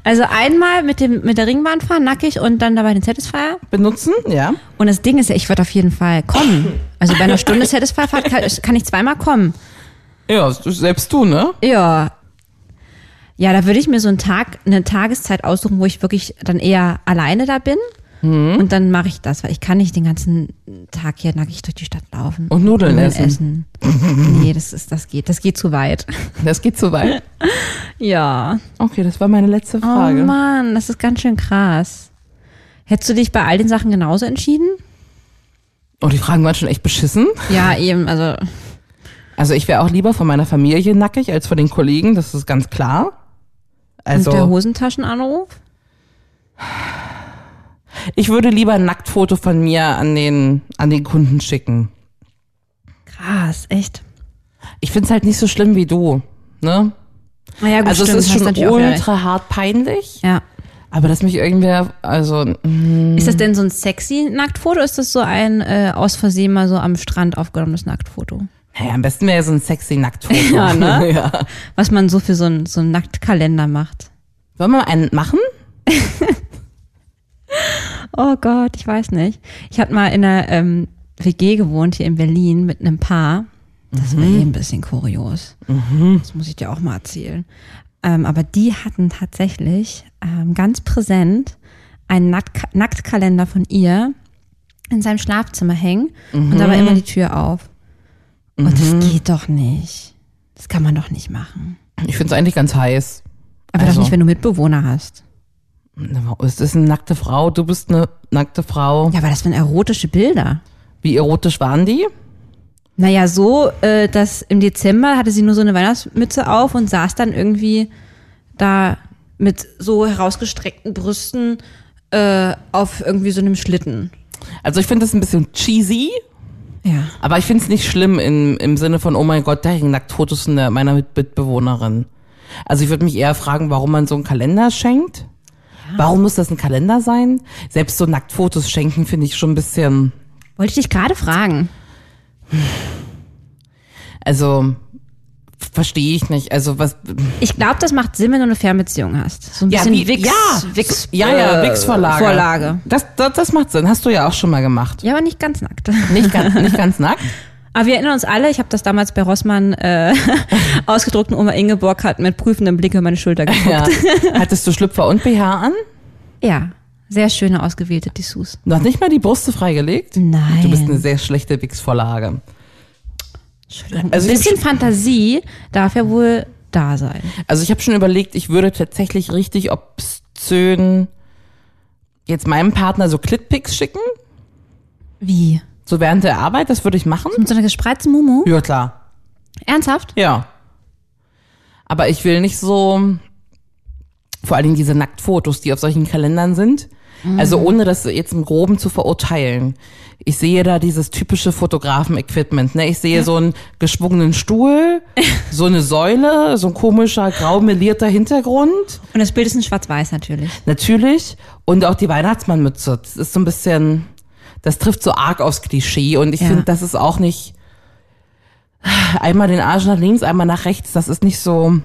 [SPEAKER 3] Also einmal mit dem mit der Ringbahn fahren, nackig und dann dabei den Satisfier.
[SPEAKER 2] Benutzen? Ja.
[SPEAKER 3] Und das Ding ist ja, ich würde auf jeden Fall kommen. Also bei einer Stunde Satisfier-Fahrt kann, kann ich zweimal kommen.
[SPEAKER 2] Ja, das ist selbst du, ne?
[SPEAKER 3] Ja. Ja, da würde ich mir so einen Tag, eine Tageszeit aussuchen, wo ich wirklich dann eher alleine da bin.
[SPEAKER 2] Mhm.
[SPEAKER 3] Und dann mache ich das, weil ich kann nicht den ganzen Tag hier nackig durch die Stadt laufen.
[SPEAKER 2] Und Nudeln essen.
[SPEAKER 3] essen. nee, das ist, das geht, das geht zu weit.
[SPEAKER 2] Das geht zu weit.
[SPEAKER 3] Ja.
[SPEAKER 2] Okay, das war meine letzte
[SPEAKER 3] Oh
[SPEAKER 2] Frage.
[SPEAKER 3] Mann, das ist ganz schön krass. Hättest du dich bei all den Sachen genauso entschieden?
[SPEAKER 2] oh, die Fragen waren schon echt beschissen.
[SPEAKER 3] Ja, eben, also,
[SPEAKER 2] Also ich wäre auch lieber von meiner Familie nackig als von den Kollegen, das ist ganz klar.
[SPEAKER 3] also
[SPEAKER 2] Also
[SPEAKER 3] der Hosentaschenanruf?
[SPEAKER 2] Ich würde lieber ein Nacktfoto von mir an den, an den Kunden schicken.
[SPEAKER 3] Krass, echt.
[SPEAKER 2] Ich find's halt nicht so schlimm wie du. Ne?
[SPEAKER 3] Naja, gut,
[SPEAKER 2] Also
[SPEAKER 3] stimmt,
[SPEAKER 2] es ist
[SPEAKER 3] hast
[SPEAKER 2] schon
[SPEAKER 3] natürlich auch wieder recht.
[SPEAKER 2] ultra hart peinlich,
[SPEAKER 3] Ja.
[SPEAKER 2] Aber dass mich irgendwer, also, mm,
[SPEAKER 3] Ist das denn so ein sexy Nacktfoto? Ist das so ein äh, aus Versehen mal so am Strand aufgenommenes Nacktfoto?
[SPEAKER 2] naja, am besten wäre so ein sexy Nacktfoto.
[SPEAKER 3] Ja, ne?
[SPEAKER 2] ja.
[SPEAKER 3] Was man so für so einen so einen Nacktkalender macht.
[SPEAKER 2] Wollen wir mal einen machen?
[SPEAKER 3] Oh Gott, ich weiß nicht. Ich habe mal in einer ähm, WG gewohnt hier in Berlin mit einem Paar. Das war eh ein bisschen kurios. Das muss ich dir auch mal erzählen. Ähm, aber die hatten tatsächlich ähm, ganz präsent einen Nackt Nacktkalender von ihr in seinem Schlafzimmer hängen und dabei immer die Tür auf. Und das geht doch nicht. Das kann man doch nicht machen.
[SPEAKER 2] Ich finde es eigentlich ganz heiß.
[SPEAKER 3] Aber
[SPEAKER 2] Also.
[SPEAKER 3] doch nicht, wenn du Mitbewohner hast.
[SPEAKER 2] Na, Es ist eine nackte Frau, du bist eine nackte Frau.
[SPEAKER 3] Ja, aber das waren erotische Bilder.
[SPEAKER 2] Wie erotisch waren die?
[SPEAKER 3] Naja, so, äh, dass im Dezember hatte sie nur so eine Weihnachtsmütze auf und saß dann irgendwie da mit so herausgestreckten Brüsten äh, auf irgendwie so einem Schlitten.
[SPEAKER 2] Also ich finde es ein bisschen cheesy,
[SPEAKER 3] Ja.
[SPEAKER 2] aber ich finde es nicht schlimm im, im Sinne von, oh mein Gott, da hängen nackt Fotos in der, meiner Mit- Mitbewohnerin. Also ich würde mich eher fragen, warum man so einen Kalender schenkt. Warum muss das ein Kalender sein? Selbst so Nacktfotos schenken finde ich schon ein bisschen,
[SPEAKER 3] Wollte ich dich gerade fragen.
[SPEAKER 2] also verstehe ich nicht. Also was,
[SPEAKER 3] Ich glaube, das macht Sinn, wenn du eine Fernbeziehung hast. So ein bisschen
[SPEAKER 2] wie-
[SPEAKER 3] Wix,
[SPEAKER 2] ja,
[SPEAKER 3] Wix,
[SPEAKER 2] ja, ja,
[SPEAKER 3] äh,
[SPEAKER 2] Wix-Vorlage.
[SPEAKER 3] Vorlage.
[SPEAKER 2] Das, das, das macht Sinn. Hast du ja auch schon mal gemacht.
[SPEAKER 3] Ja, aber nicht ganz nackt.
[SPEAKER 2] Nicht ganz, nicht ganz nackt.
[SPEAKER 3] Aber wir erinnern uns alle, ich habe das damals bei Rossmann äh, ausgedruckten Oma Ingeborg hat mit prüfendem Blick über meine Schulter geguckt.
[SPEAKER 2] Ja. Hattest du Schlüpfer und BH an?
[SPEAKER 3] Ja, sehr schöne ausgewählte Dessous.
[SPEAKER 2] Noch nicht mal die Brüste freigelegt?
[SPEAKER 3] Nein.
[SPEAKER 2] Du bist eine sehr schlechte Wix-Vorlage. Also
[SPEAKER 3] Also ein
[SPEAKER 2] ich
[SPEAKER 3] bisschen Fantasie darf ja wohl da sein.
[SPEAKER 2] Also ich habe schon überlegt, ich würde tatsächlich richtig obszön jetzt meinem Partner so Clitpics schicken,
[SPEAKER 3] Wie?
[SPEAKER 2] so während der Arbeit, das würde ich machen.
[SPEAKER 3] Mit so einer gespreizten Mumu?
[SPEAKER 2] Ja, klar.
[SPEAKER 3] Ernsthaft?
[SPEAKER 2] Ja. Aber ich will nicht so, vor allen Dingen diese Nacktfotos, die auf solchen Kalendern sind. Also ohne das jetzt im Groben zu verurteilen. Ich sehe da dieses typische Fotografen-Equipment. Ne? Ich sehe so einen geschwungenen Stuhl, so eine Säule, so ein komischer grau melierter Hintergrund.
[SPEAKER 3] Und das Bild ist in schwarz-weiß natürlich.
[SPEAKER 2] Natürlich. Und auch die Weihnachtsmannmütze. Das ist so ein bisschen, das trifft so arg aufs Klischee. Und ich
[SPEAKER 3] Ja.
[SPEAKER 2] finde, das ist auch nicht einmal den Arsch nach links, einmal nach rechts. Das ist nicht so,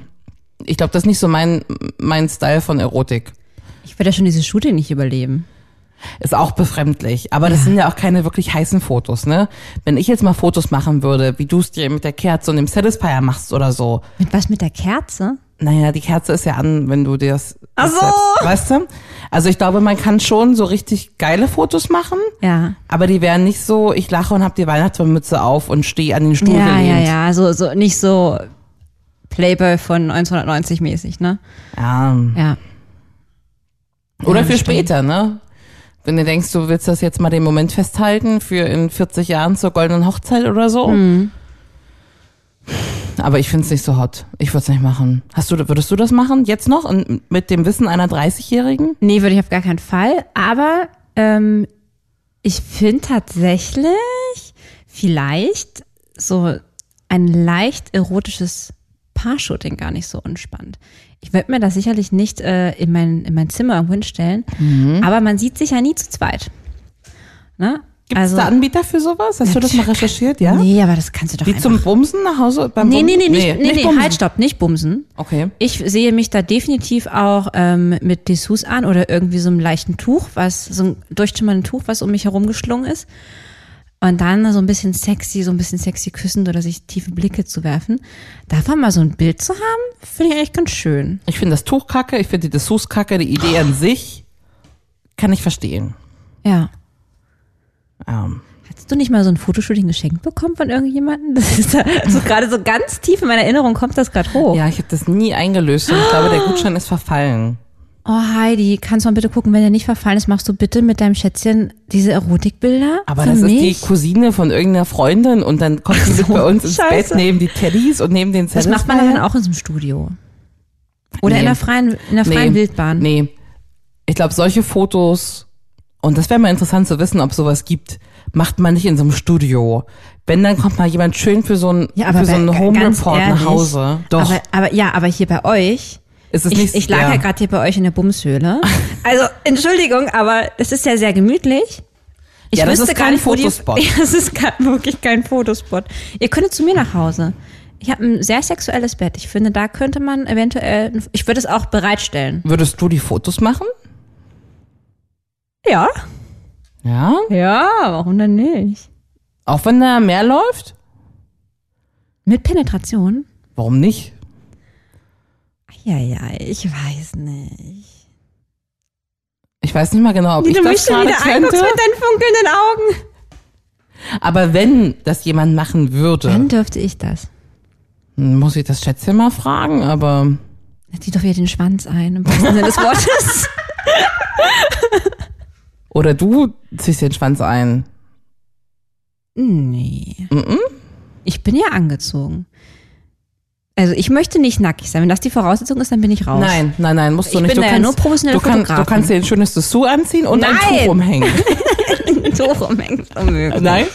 [SPEAKER 2] ich glaube, das ist nicht so mein, mein Style von Erotik.
[SPEAKER 3] Ich werde ja schon diese Shooting nicht überleben.
[SPEAKER 2] Ist auch befremdlich. Aber das sind ja auch keine wirklich heißen Fotos, ne? Wenn ich jetzt mal Fotos machen würde, wie du es dir mit der Kerze und dem Satisfier machst oder so.
[SPEAKER 3] Mit was mit der Kerze?
[SPEAKER 2] Naja, die Kerze ist ja an, wenn du dir das.
[SPEAKER 3] Ach so.
[SPEAKER 2] selbst- Weißt du? Also ich glaube, man kann schon so richtig geile Fotos machen.
[SPEAKER 3] Ja.
[SPEAKER 2] Aber die wären nicht so, ich lache und hab die Weihnachtsmütze auf und stehe an den Stuhl
[SPEAKER 3] Ja, ja,
[SPEAKER 2] gelehnt.
[SPEAKER 3] ja. So, so nicht so Playboy von 1990 mäßig, ne?
[SPEAKER 2] ja.
[SPEAKER 3] Ja.
[SPEAKER 2] Oder
[SPEAKER 3] Ja,
[SPEAKER 2] für
[SPEAKER 3] stimmt.
[SPEAKER 2] später, ne? Wenn du denkst, du willst das jetzt mal den Moment festhalten für in 40 Jahren zur goldenen Hochzeit oder so.
[SPEAKER 3] Hm.
[SPEAKER 2] Aber ich find's nicht so hot. Ich würd's nicht machen. Hast du, würdest du das machen? Jetzt noch? Und mit dem Wissen einer 30-Jährigen?
[SPEAKER 3] Nee, würde ich auf gar keinen Fall. Aber ähm, ich finde tatsächlich vielleicht so ein leicht erotisches Paar-Shooting gar nicht so unspannend. Ich werde mir das sicherlich nicht äh, in, mein, in mein Zimmer irgendwo hinstellen,
[SPEAKER 2] Mhm.
[SPEAKER 3] aber man sieht sich ja nie zu zweit. Ne?
[SPEAKER 2] Gibt's da Anbieter für sowas? Hast du das mal recherchiert, ja?
[SPEAKER 3] Nee, aber das kannst du doch
[SPEAKER 2] Wie
[SPEAKER 3] einfach...
[SPEAKER 2] zum Bumsen nach Hause? Beim
[SPEAKER 3] nee, nee,
[SPEAKER 2] Bumsen?
[SPEAKER 3] nee, nicht, nee, nee,
[SPEAKER 2] Bumsen.
[SPEAKER 3] halt, stopp, nicht bumsen.
[SPEAKER 2] Okay.
[SPEAKER 3] Ich sehe mich da definitiv auch ähm, mit Dessous an oder irgendwie so einem leichten Tuch, was so ein durchschimmernden Tuch, was um mich herum geschlungen ist. Und dann so ein bisschen sexy, so ein bisschen sexy küssend oder sich tiefe Blicke zu werfen. Davon mal so ein Bild zu haben, finde ich eigentlich ganz schön.
[SPEAKER 2] Ich finde das Tuch kacke, ich finde die Dessous kacke, die Idee an sich kann ich verstehen.
[SPEAKER 3] Ja.
[SPEAKER 2] Ähm,
[SPEAKER 3] Hast du nicht mal so ein Fotoshooting geschenkt bekommen von irgendjemandem? Das ist da, so gerade so ganz tief in meiner Erinnerung kommt das gerade hoch.
[SPEAKER 2] ja, ich habe das nie eingelöst und ich glaube, der Gutschein ist verfallen.
[SPEAKER 3] Oh Heidi, kannst du mal bitte gucken, wenn der nicht verfallen ist, machst du bitte mit deinem Schätzchen diese Erotikbilder
[SPEAKER 2] Aber
[SPEAKER 3] für
[SPEAKER 2] das
[SPEAKER 3] mich?
[SPEAKER 2] ist die Cousine von irgendeiner Freundin und dann kommt sie mit bei uns ins
[SPEAKER 3] scheiße.
[SPEAKER 2] Bett, nehmen die Teddys und nehmen den
[SPEAKER 3] Das macht man
[SPEAKER 2] Satisfier.
[SPEAKER 3] dann auch in so einem Studio. Oder
[SPEAKER 2] Nee.
[SPEAKER 3] in der freien, in der freien Wildbahn.
[SPEAKER 2] Nee. Ich glaube, solche Fotos, und das wäre mal interessant zu wissen, ob sowas gibt, macht man nicht in so einem Studio. Wenn, dann kommt mal jemand schön für so einen, für so
[SPEAKER 3] bei-
[SPEAKER 2] einen Home
[SPEAKER 3] ganz
[SPEAKER 2] Report nach
[SPEAKER 3] ehrlich,
[SPEAKER 2] Hause. Doch.
[SPEAKER 3] Aber, aber ja, aber hier bei euch,
[SPEAKER 2] Ist es
[SPEAKER 3] Ich,
[SPEAKER 2] nicht,
[SPEAKER 3] ich lag ja,
[SPEAKER 2] ja.
[SPEAKER 3] gerade hier bei euch in der Bumshöhle. Also, Entschuldigung, aber es ist ja sehr gemütlich. Ich
[SPEAKER 2] Ja, das
[SPEAKER 3] wüsste
[SPEAKER 2] ist
[SPEAKER 3] gar
[SPEAKER 2] kein
[SPEAKER 3] nicht, wo die-
[SPEAKER 2] Fotospot.
[SPEAKER 3] Ja, das ist gar, wirklich kein Fotospot. Ihr könntet zu mir nach Hause. Ich habe ein sehr sexuelles Bett. Ich finde, da könnte man eventuell, ich würde es auch bereitstellen.
[SPEAKER 2] Würdest du die Fotos machen?
[SPEAKER 3] Ja.
[SPEAKER 2] Ja.
[SPEAKER 3] Ja, warum denn nicht?
[SPEAKER 2] Auch wenn da mehr läuft?
[SPEAKER 3] Mit Penetration?
[SPEAKER 2] Warum nicht?
[SPEAKER 3] Ja, ja, ich weiß nicht.
[SPEAKER 2] Ich weiß nicht mal genau, ob ich
[SPEAKER 3] du
[SPEAKER 2] das
[SPEAKER 3] mich schon
[SPEAKER 2] gerade
[SPEAKER 3] wieder anguckst
[SPEAKER 2] könnte.
[SPEAKER 3] mit deinen funkelnden Augen.
[SPEAKER 2] Aber wenn das jemand machen würde,
[SPEAKER 3] Dann dürfte ich das.
[SPEAKER 2] muss ich das Schätzchen mal fragen, aber
[SPEAKER 3] Dann zieh doch wieder den Schwanz ein, im wahrsten Sinne des Wortes.
[SPEAKER 2] oder du ziehst den Schwanz ein.
[SPEAKER 3] Nee. Ich bin ja angezogen. Also ich möchte nicht nackig sein. Wenn das die Voraussetzung ist, dann bin ich raus.
[SPEAKER 2] Nein, nein, nein, musst du
[SPEAKER 3] Ich
[SPEAKER 2] nicht.
[SPEAKER 3] bin
[SPEAKER 2] du
[SPEAKER 3] da ja nur professionelle
[SPEAKER 2] du, kann, du
[SPEAKER 3] Fotografin.
[SPEAKER 2] kannst dir ein schönes Dessous anziehen und ein
[SPEAKER 3] Nein!
[SPEAKER 2] Tuch umhängen.
[SPEAKER 3] so rumhängst unmöglich.
[SPEAKER 2] nein?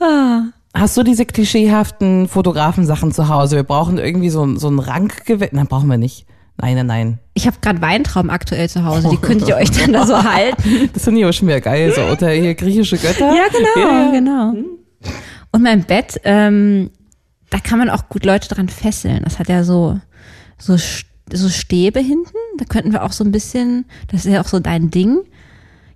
[SPEAKER 3] Ah.
[SPEAKER 2] Hast du diese klischeehaften Fotografen-Sachen zu Hause? Wir brauchen irgendwie so, ein- so ein Rankgewächs. Nein, brauchen wir nicht. Nein, nein, nein.
[SPEAKER 3] Ich habe gerade Weintrauben aktuell zu Hause. Die könntet ihr euch dann da so halten.
[SPEAKER 2] Das sind ja schon wieder geil. So, oder hier griechische Götter.
[SPEAKER 3] Ja, genau,
[SPEAKER 2] Ja. Hm.
[SPEAKER 3] genau. Und mein Bett, ähm, da kann man auch gut Leute dran fesseln. Das hat ja so so St- so Stäbe hinten. Da könnten wir auch so ein bisschen. Das ist ja auch so dein Ding.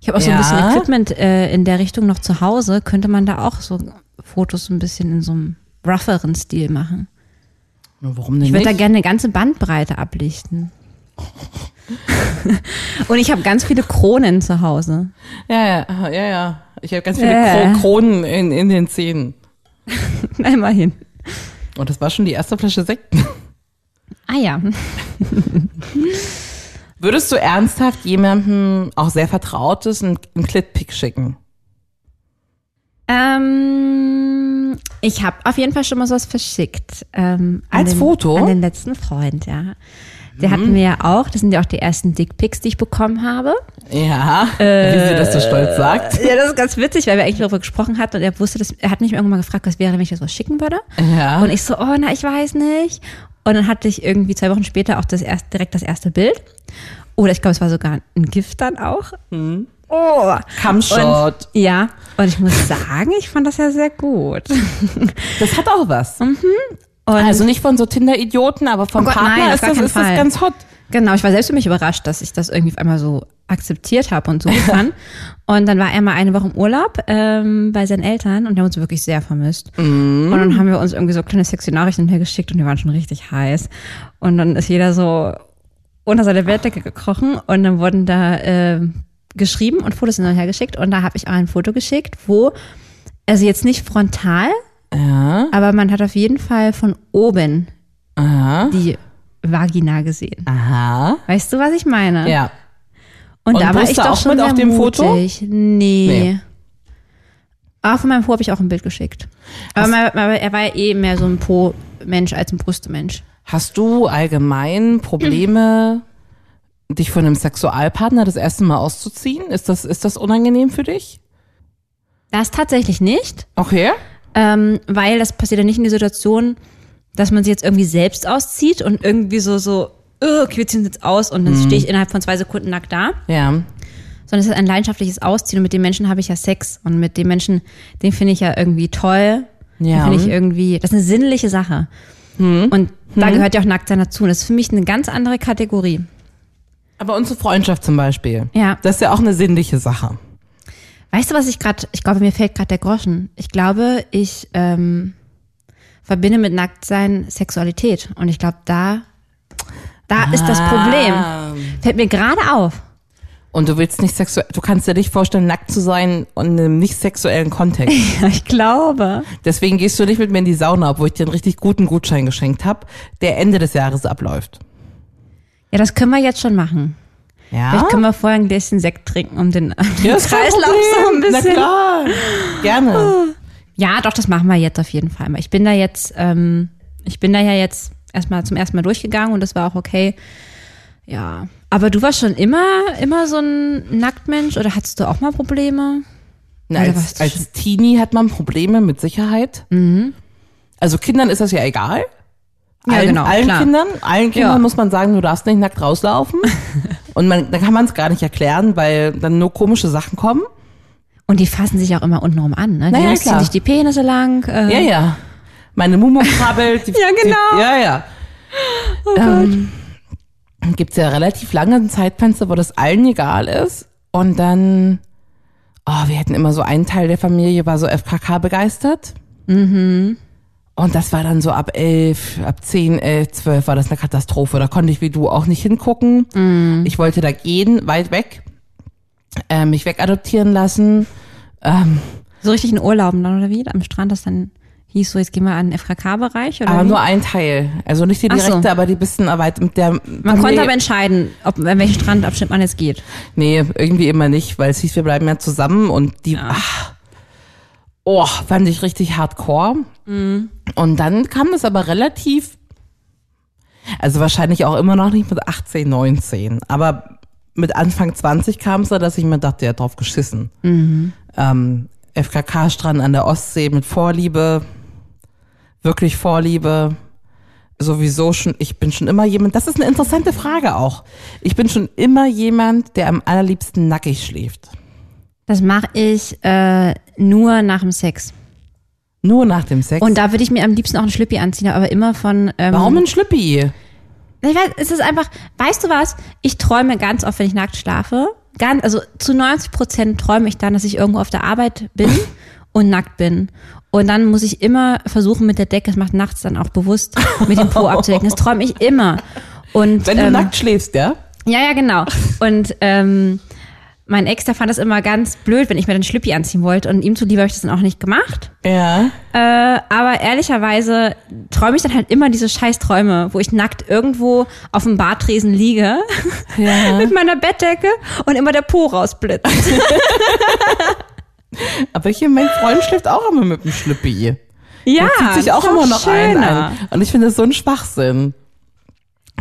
[SPEAKER 3] Ich habe auch so ein bisschen
[SPEAKER 2] Ja.
[SPEAKER 3] Equipment äh, in der Richtung noch zu Hause. Könnte man da auch so Fotos ein bisschen in so einem rougheren Stil machen.
[SPEAKER 2] Warum denn
[SPEAKER 3] Ich würde
[SPEAKER 2] nicht?
[SPEAKER 3] da gerne eine ganze Bandbreite ablichten. Und ich habe ganz viele Kronen zu Hause.
[SPEAKER 2] Ja, ja, ja, ja. Ich habe ganz viele
[SPEAKER 3] Äh.
[SPEAKER 2] Kro Kronen in, in den Zähnen.
[SPEAKER 3] Immerhin.
[SPEAKER 2] Und das war schon die erste Flasche Sekt.
[SPEAKER 3] Ah ja.
[SPEAKER 2] Würdest du ernsthaft jemandem auch sehr vertrautes einen einen Clitpick schicken?
[SPEAKER 3] Ähm, ich habe auf jeden Fall schon mal sowas verschickt. Ähm, an
[SPEAKER 2] Als
[SPEAKER 3] den,
[SPEAKER 2] Foto? Mhm.
[SPEAKER 3] An den letzten Freund, ja. Der hatten wir ja auch, das sind ja auch die ersten Dickpics, die ich bekommen habe.
[SPEAKER 2] Ja, wie sie das
[SPEAKER 3] Äh.
[SPEAKER 2] so stolz sagt.
[SPEAKER 3] Ja, das ist ganz witzig, weil wir eigentlich darüber gesprochen hatten und er wusste, dass, er hat mich irgendwann mal gefragt, was wäre, wenn ich das was schicken würde.
[SPEAKER 2] Ja.
[SPEAKER 3] Und ich so, oh, na, ich weiß nicht. Und dann hatte ich irgendwie zwei Wochen später auch das erst, direkt das erste Bild. Oder ich glaube, es war sogar ein Gift dann auch. Oh. Und,
[SPEAKER 2] Kamshot.
[SPEAKER 3] ja, und ich muss sagen, ich fand das ja sehr gut.
[SPEAKER 2] Das hat auch was. also nicht von so Tinder-Idioten, aber vom
[SPEAKER 3] Mhm. Oh Gott,
[SPEAKER 2] Partner
[SPEAKER 3] nein, auf
[SPEAKER 2] ist,
[SPEAKER 3] gar
[SPEAKER 2] das,
[SPEAKER 3] keinen
[SPEAKER 2] ist das
[SPEAKER 3] Fall.
[SPEAKER 2] ganz hot.
[SPEAKER 3] Genau, ich war selbst für mich überrascht, dass ich das irgendwie auf einmal so akzeptiert habe und so fand. Und dann war er mal eine Woche im Urlaub ähm, bei seinen Eltern und wir haben uns wirklich sehr vermisst. Und dann haben wir uns irgendwie so kleine sexy Nachrichten hinterhergeschickt und wir waren schon richtig heiß. Und dann ist jeder so unter seine Bettdecke gekrochen und dann wurden da ähm, geschrieben und Fotos hin und her geschickt. Und da habe ich auch ein Foto geschickt, wo, also jetzt nicht frontal, aber man hat auf jeden Fall von oben die Vagina gesehen.
[SPEAKER 2] Aha.
[SPEAKER 3] Weißt du, was ich meine?
[SPEAKER 2] Ja.
[SPEAKER 3] Und,
[SPEAKER 2] Und
[SPEAKER 3] da war
[SPEAKER 2] brust
[SPEAKER 3] ich
[SPEAKER 2] da
[SPEAKER 3] doch
[SPEAKER 2] auch
[SPEAKER 3] schon
[SPEAKER 2] mit
[SPEAKER 3] sehr
[SPEAKER 2] auf dem Foto?
[SPEAKER 3] mutig. Nee.
[SPEAKER 2] Nee.
[SPEAKER 3] Aber von meinem Po habe ich auch ein Bild geschickt. Aber mein, mein, er war ja eh mehr so ein Po-Mensch als ein Brüstemensch.
[SPEAKER 2] Hast du allgemein Probleme, dich von einem Sexualpartner das erste Mal auszuziehen? Ist das, ist das unangenehm für dich?
[SPEAKER 3] Das tatsächlich nicht,
[SPEAKER 2] Okay.
[SPEAKER 3] ähm, weil das passiert ja nicht in der Situation, dass man sich jetzt irgendwie selbst auszieht und irgendwie so, so, "Oh, okay, wir ziehen uns jetzt aus und dann
[SPEAKER 2] Mhm.
[SPEAKER 3] stehe ich innerhalb von zwei Sekunden nackt da.
[SPEAKER 2] Ja.
[SPEAKER 3] sondern es ist ein leidenschaftliches Ausziehen und mit dem Menschen habe ich ja Sex und mit dem Menschen, den finde ich ja irgendwie toll.
[SPEAKER 2] Ja.
[SPEAKER 3] Ja. Hm. Finde ich irgendwie, das ist eine sinnliche Sache. Und da gehört ja auch Nacktsein dazu. Und Das ist für mich eine ganz andere Kategorie.
[SPEAKER 2] Aber unsere Freundschaft zum Beispiel.
[SPEAKER 3] Ja.
[SPEAKER 2] Das ist ja auch eine sinnliche Sache.
[SPEAKER 3] Weißt du, was ich gerade, ich glaube, mir fällt gerade der Groschen. Ich glaube, ich ähm, verbinde mit Nacktsein Sexualität. Und ich glaube, da, da ist das Problem. Fällt mir gerade auf.
[SPEAKER 2] Und du willst nicht sexuell, du kannst dir nicht vorstellen, nackt zu sein und in einem nicht sexuellen Kontext.
[SPEAKER 3] Ja, ich glaube.
[SPEAKER 2] Deswegen gehst du nicht mit mir in die Sauna, obwohl ich dir einen richtig guten Gutschein geschenkt habe, der Ende des Jahres abläuft.
[SPEAKER 3] Ja, das können wir jetzt schon machen.
[SPEAKER 2] Ja.
[SPEAKER 3] Vielleicht können wir vorher ein Gläschen Sekt trinken, um den, um den
[SPEAKER 2] ja, ist kein
[SPEAKER 3] Kreislauf so ein
[SPEAKER 2] Problem. Na
[SPEAKER 3] bisschen. Oh.
[SPEAKER 2] klar. Gerne.
[SPEAKER 3] Ja, doch, das machen wir jetzt auf jeden Fall. mal. Ich bin da jetzt, ähm, ich bin da ja jetzt erstmal zum ersten Mal durchgegangen und das war auch okay. Ja. Aber du warst schon immer, immer so ein Nacktmensch oder hattest du auch mal Probleme?
[SPEAKER 2] Na,
[SPEAKER 3] Oder
[SPEAKER 2] als,
[SPEAKER 3] warst du
[SPEAKER 2] als
[SPEAKER 3] Mhm.
[SPEAKER 2] Teenie hat man Probleme mit Sicherheit. Also Kindern ist das ja egal.
[SPEAKER 3] Ja,
[SPEAKER 2] allen,
[SPEAKER 3] genau,
[SPEAKER 2] allen
[SPEAKER 3] klar.
[SPEAKER 2] Kindern, allen Kindern
[SPEAKER 3] Ja.
[SPEAKER 2] muss man sagen, du darfst nicht nackt rauslaufen. Und man, dann kann man es gar nicht erklären, weil dann nur komische Sachen kommen.
[SPEAKER 3] Und die fassen sich auch immer untenrum an, ne? Die
[SPEAKER 2] Naja,
[SPEAKER 3] richten
[SPEAKER 2] klar.
[SPEAKER 3] sich die Penisse lang. Äh,
[SPEAKER 2] Ja, ja. Meine Mumu krabbelt. Die,
[SPEAKER 3] Ja, genau. Oh
[SPEAKER 2] Die, ja, ja. ähm, Gibt es ja relativ lange ein Zeitfenster, wo das allen egal ist. Und dann, oh, wir hatten immer so einen Teil der Familie, war so FKK begeistert.
[SPEAKER 3] Mhm.
[SPEAKER 2] Und das war dann so ab elf, ab zehn, elf, zwölf war das eine Katastrophe. Da konnte ich wie du auch nicht hingucken.
[SPEAKER 3] Mhm.
[SPEAKER 2] Ich wollte da gehen, weit weg, äh, mich wegadoptieren lassen.
[SPEAKER 3] So richtig in Urlauben dann oder wie? Am Strand, das dann hieß so, jetzt gehen wir an den FKK-Bereich oder
[SPEAKER 2] Aber
[SPEAKER 3] wie?
[SPEAKER 2] nur ein Teil. Also nicht die
[SPEAKER 3] Ach so.
[SPEAKER 2] direkte, aber die bisschen erweitert mit der.
[SPEAKER 3] Man
[SPEAKER 2] E-
[SPEAKER 3] konnte aber entscheiden, ob, an welchen Strandabschnitt man jetzt geht.
[SPEAKER 2] Nee, irgendwie immer nicht, weil es hieß, wir bleiben ja zusammen und die. Ach, oh, fand ich richtig hardcore.
[SPEAKER 3] Mhm.
[SPEAKER 2] Und dann kam das aber relativ. Also wahrscheinlich auch immer noch nicht mit 18, 19. Aber mit Anfang 20 kam es da, dass ich mir dachte, ja, drauf geschissen.
[SPEAKER 3] Mhm.
[SPEAKER 2] Ähm, FKK-Strand an der Ostsee mit Vorliebe. Wirklich Vorliebe. sowieso schon, ich bin schon immer jemand, das ist eine interessante Frage auch. Ich bin schon immer jemand, der am allerliebsten nackig schläft.
[SPEAKER 3] Das mache ich äh, nur nach dem Sex.
[SPEAKER 2] Nur nach dem Sex.
[SPEAKER 3] Und da würde ich mir am liebsten auch einen Schlippi anziehen, aber immer von. Ähm,
[SPEAKER 2] Warum ein Schlüppi?
[SPEAKER 3] Ich weiß, es ist einfach, weißt du was? Ich träume ganz oft, wenn ich nackt schlafe. Ganz, also zu 90 Prozent träume ich dann, dass ich irgendwo auf der Arbeit bin und nackt bin. Und dann muss ich immer versuchen, mit der Decke, das macht nachts dann auch bewusst, mit dem Po abzudecken. Das träume ich immer. Und,
[SPEAKER 2] Wenn du
[SPEAKER 3] ähm,
[SPEAKER 2] nackt schläfst, ja?
[SPEAKER 3] Ja, ja, genau. Und ähm, mein Ex, der fand das immer ganz blöd, wenn ich mir den Schlüppi anziehen wollte. Und ihm zuliebe habe ich das dann auch nicht gemacht.
[SPEAKER 2] Ja.
[SPEAKER 3] Äh, aber ehrlicherweise träume ich dann halt immer diese Scheißträume, wo ich nackt irgendwo auf dem Bartresen liege mit meiner Bettdecke und immer der Po rausblitzt.
[SPEAKER 2] Aber hier, mein Freund schläft auch immer mit dem Schlüppi.
[SPEAKER 3] Ja,
[SPEAKER 2] Der zieht sich auch
[SPEAKER 3] Ah, ist
[SPEAKER 2] immer noch einen
[SPEAKER 3] schöner.
[SPEAKER 2] ein. Und ich finde das so ein Schwachsinn.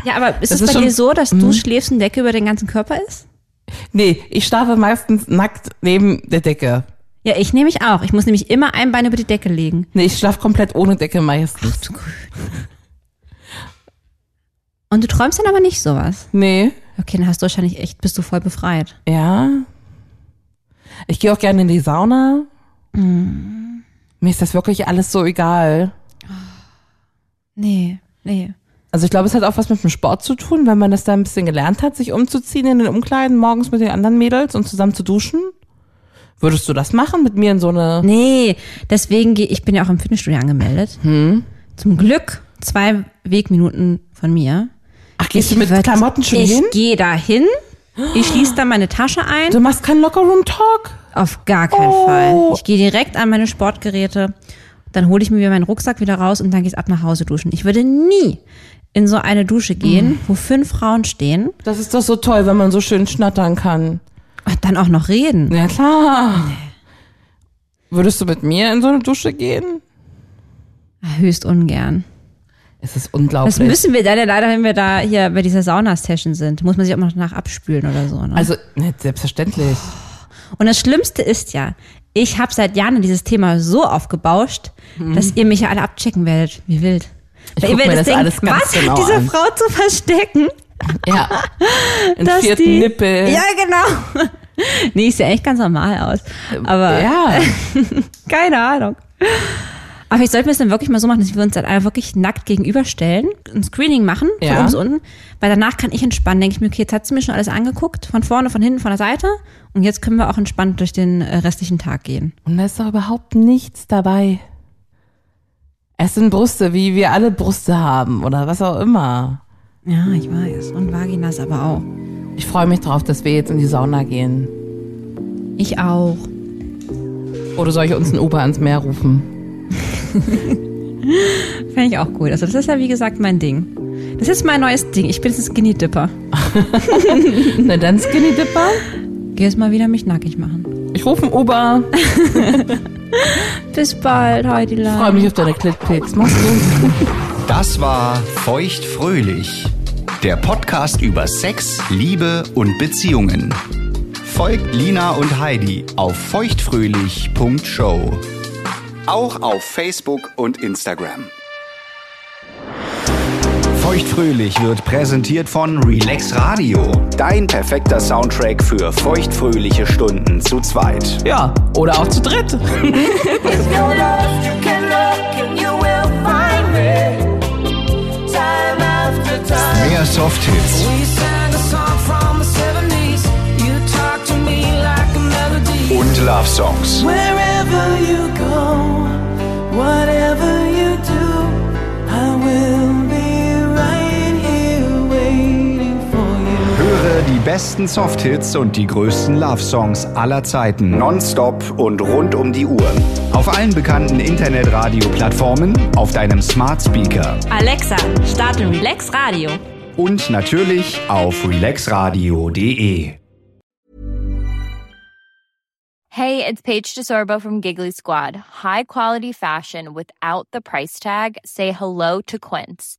[SPEAKER 3] Ja, aber ist
[SPEAKER 2] Das
[SPEAKER 3] es
[SPEAKER 2] ist
[SPEAKER 3] bei
[SPEAKER 2] schon- Mhm.
[SPEAKER 3] dir so, dass du schläfst und Decke über den ganzen Körper ist?
[SPEAKER 2] Nee, ich schlafe meistens nackt neben der Decke.
[SPEAKER 3] Ja, ich nehme ich auch. Ich muss nämlich immer ein Bein über die Decke legen.
[SPEAKER 2] Nee, ich schlafe komplett ohne Decke meistens.
[SPEAKER 3] Und du träumst dann aber nicht sowas.
[SPEAKER 2] Nee.
[SPEAKER 3] Okay, dann hast du wahrscheinlich echt, bist du voll befreit.
[SPEAKER 2] Ja. Ich gehe auch gerne in die Sauna.
[SPEAKER 3] Mhm.
[SPEAKER 2] Mir ist das wirklich alles so egal.
[SPEAKER 3] Nee, nee.
[SPEAKER 2] Also ich glaube, es hat auch was mit dem Sport zu tun, wenn man das da ein bisschen gelernt hat, sich umzuziehen in den Umkleiden morgens mit den anderen Mädels und zusammen zu duschen. Würdest du das machen mit mir in so eine...
[SPEAKER 3] Nee, deswegen gehe ich bin ja auch im Fitnessstudio angemeldet.
[SPEAKER 2] Hm?
[SPEAKER 3] Zum Glück zwei Wegminuten von mir.
[SPEAKER 2] Ach, gehst du
[SPEAKER 3] Ich
[SPEAKER 2] mit
[SPEAKER 3] würd-
[SPEAKER 2] Klamotten schon
[SPEAKER 3] ich
[SPEAKER 2] hin?
[SPEAKER 3] Ich gehe da hin. Ich schließe dann meine Tasche ein.
[SPEAKER 2] Du machst keinen Lockerroom-Talk.
[SPEAKER 3] Auf gar keinen
[SPEAKER 2] Oh.
[SPEAKER 3] Fall. Ich gehe direkt an meine Sportgeräte. Dann hole ich mir meinen Rucksack wieder raus und dann gehe ich ab nach Hause duschen. Ich würde nie in so eine Dusche gehen,
[SPEAKER 2] Hm.
[SPEAKER 3] wo fünf Frauen stehen
[SPEAKER 2] Das ist doch so toll, wenn man so schön schnattern kann.
[SPEAKER 3] und dann auch noch reden.
[SPEAKER 2] Ja, klar. Würdest du mit mir in so eine Dusche gehen?
[SPEAKER 3] Ah, Höchst ungern.
[SPEAKER 2] Es ist
[SPEAKER 3] Das
[SPEAKER 2] unglaublich.
[SPEAKER 3] müssen wir dann ja leider, wenn wir da hier bei dieser Sauna-Session sind. Muss man sich auch noch danach abspülen oder so. Ne?
[SPEAKER 2] Also, ne, selbstverständlich.
[SPEAKER 3] Und das Schlimmste ist ja, ich habe seit Jahren dieses Thema so aufgebauscht, dass ihr mich ja alle abchecken werdet. Wie wild.
[SPEAKER 2] Mhm. Ich guck
[SPEAKER 3] Weil ihr
[SPEAKER 2] mir
[SPEAKER 3] werdet
[SPEAKER 2] das alles ganz
[SPEAKER 3] was
[SPEAKER 2] genau
[SPEAKER 3] hat diese
[SPEAKER 2] an.
[SPEAKER 3] Frau zu verstecken?
[SPEAKER 2] Ja. Einen
[SPEAKER 3] Dass
[SPEAKER 2] vierten
[SPEAKER 3] die-
[SPEAKER 2] Nippel.
[SPEAKER 3] Ja, genau. nee, ich sehe echt ganz normal aus. Aber
[SPEAKER 2] Ähm, ja.
[SPEAKER 3] keine Ahnung. Aber ich sollte mir das dann wirklich mal so machen, dass wir uns dann alle wirklich nackt gegenüberstellen, ein Screening machen, von
[SPEAKER 2] Ja.
[SPEAKER 3] oben bis unten, weil danach kann ich entspannen. Denke ich mir, okay, jetzt hat sie mir schon alles angeguckt, von vorne, von hinten, von der Seite. Und jetzt können wir auch entspannt durch den äh, restlichen Tag gehen.
[SPEAKER 2] Und da ist doch überhaupt nichts dabei. Es sind Brüste, wie wir alle Brüste haben oder was auch immer.
[SPEAKER 3] Ja, ich weiß. Und Vaginas aber auch.
[SPEAKER 2] Ich freue mich drauf, dass wir jetzt in die Sauna gehen.
[SPEAKER 3] Ich auch.
[SPEAKER 2] Oder soll ich uns ein Uber ans Meer rufen?
[SPEAKER 3] Fände ich auch cool. Also das ist ja wie gesagt mein Ding. Das ist mein neues Ding. Ich bin jetzt ein Skinny Dipper.
[SPEAKER 2] Na dann, Skinny Dipper.
[SPEAKER 3] Geh jetzt mal wieder mich nackig machen.
[SPEAKER 2] Ich rufe ein Uber.
[SPEAKER 3] Bis bald, Heidi
[SPEAKER 2] Ich freue mich auf deine Clitpicks. Mach's gut.
[SPEAKER 1] Das war Feuchtfröhlich, der Podcast über Sex, Liebe und Beziehungen. Folgt Lina und Heidi auf feuchtfröhlich.show. Auch auf Facebook und Instagram. Feuchtfröhlich wird präsentiert von Relax Radio. Dein perfekter Soundtrack für feuchtfröhliche Stunden zu zweit.
[SPEAKER 4] Ja, oder auch zu dritt.
[SPEAKER 1] Mehr Softhits, und Love Songs. Höre die besten Softhits und die größten Love Songs aller Zeiten nonstop und rund um die Uhr auf allen bekannten Internetradio Plattformen, auf deinem Smart Speaker
[SPEAKER 7] Alexa, starte Relax Radio.
[SPEAKER 1] und natürlich auf relaxradio.de.
[SPEAKER 8] Hey, it's Paige DeSorbo from Giggly Squad. High quality fashion without the price tag. Say hello to Quince.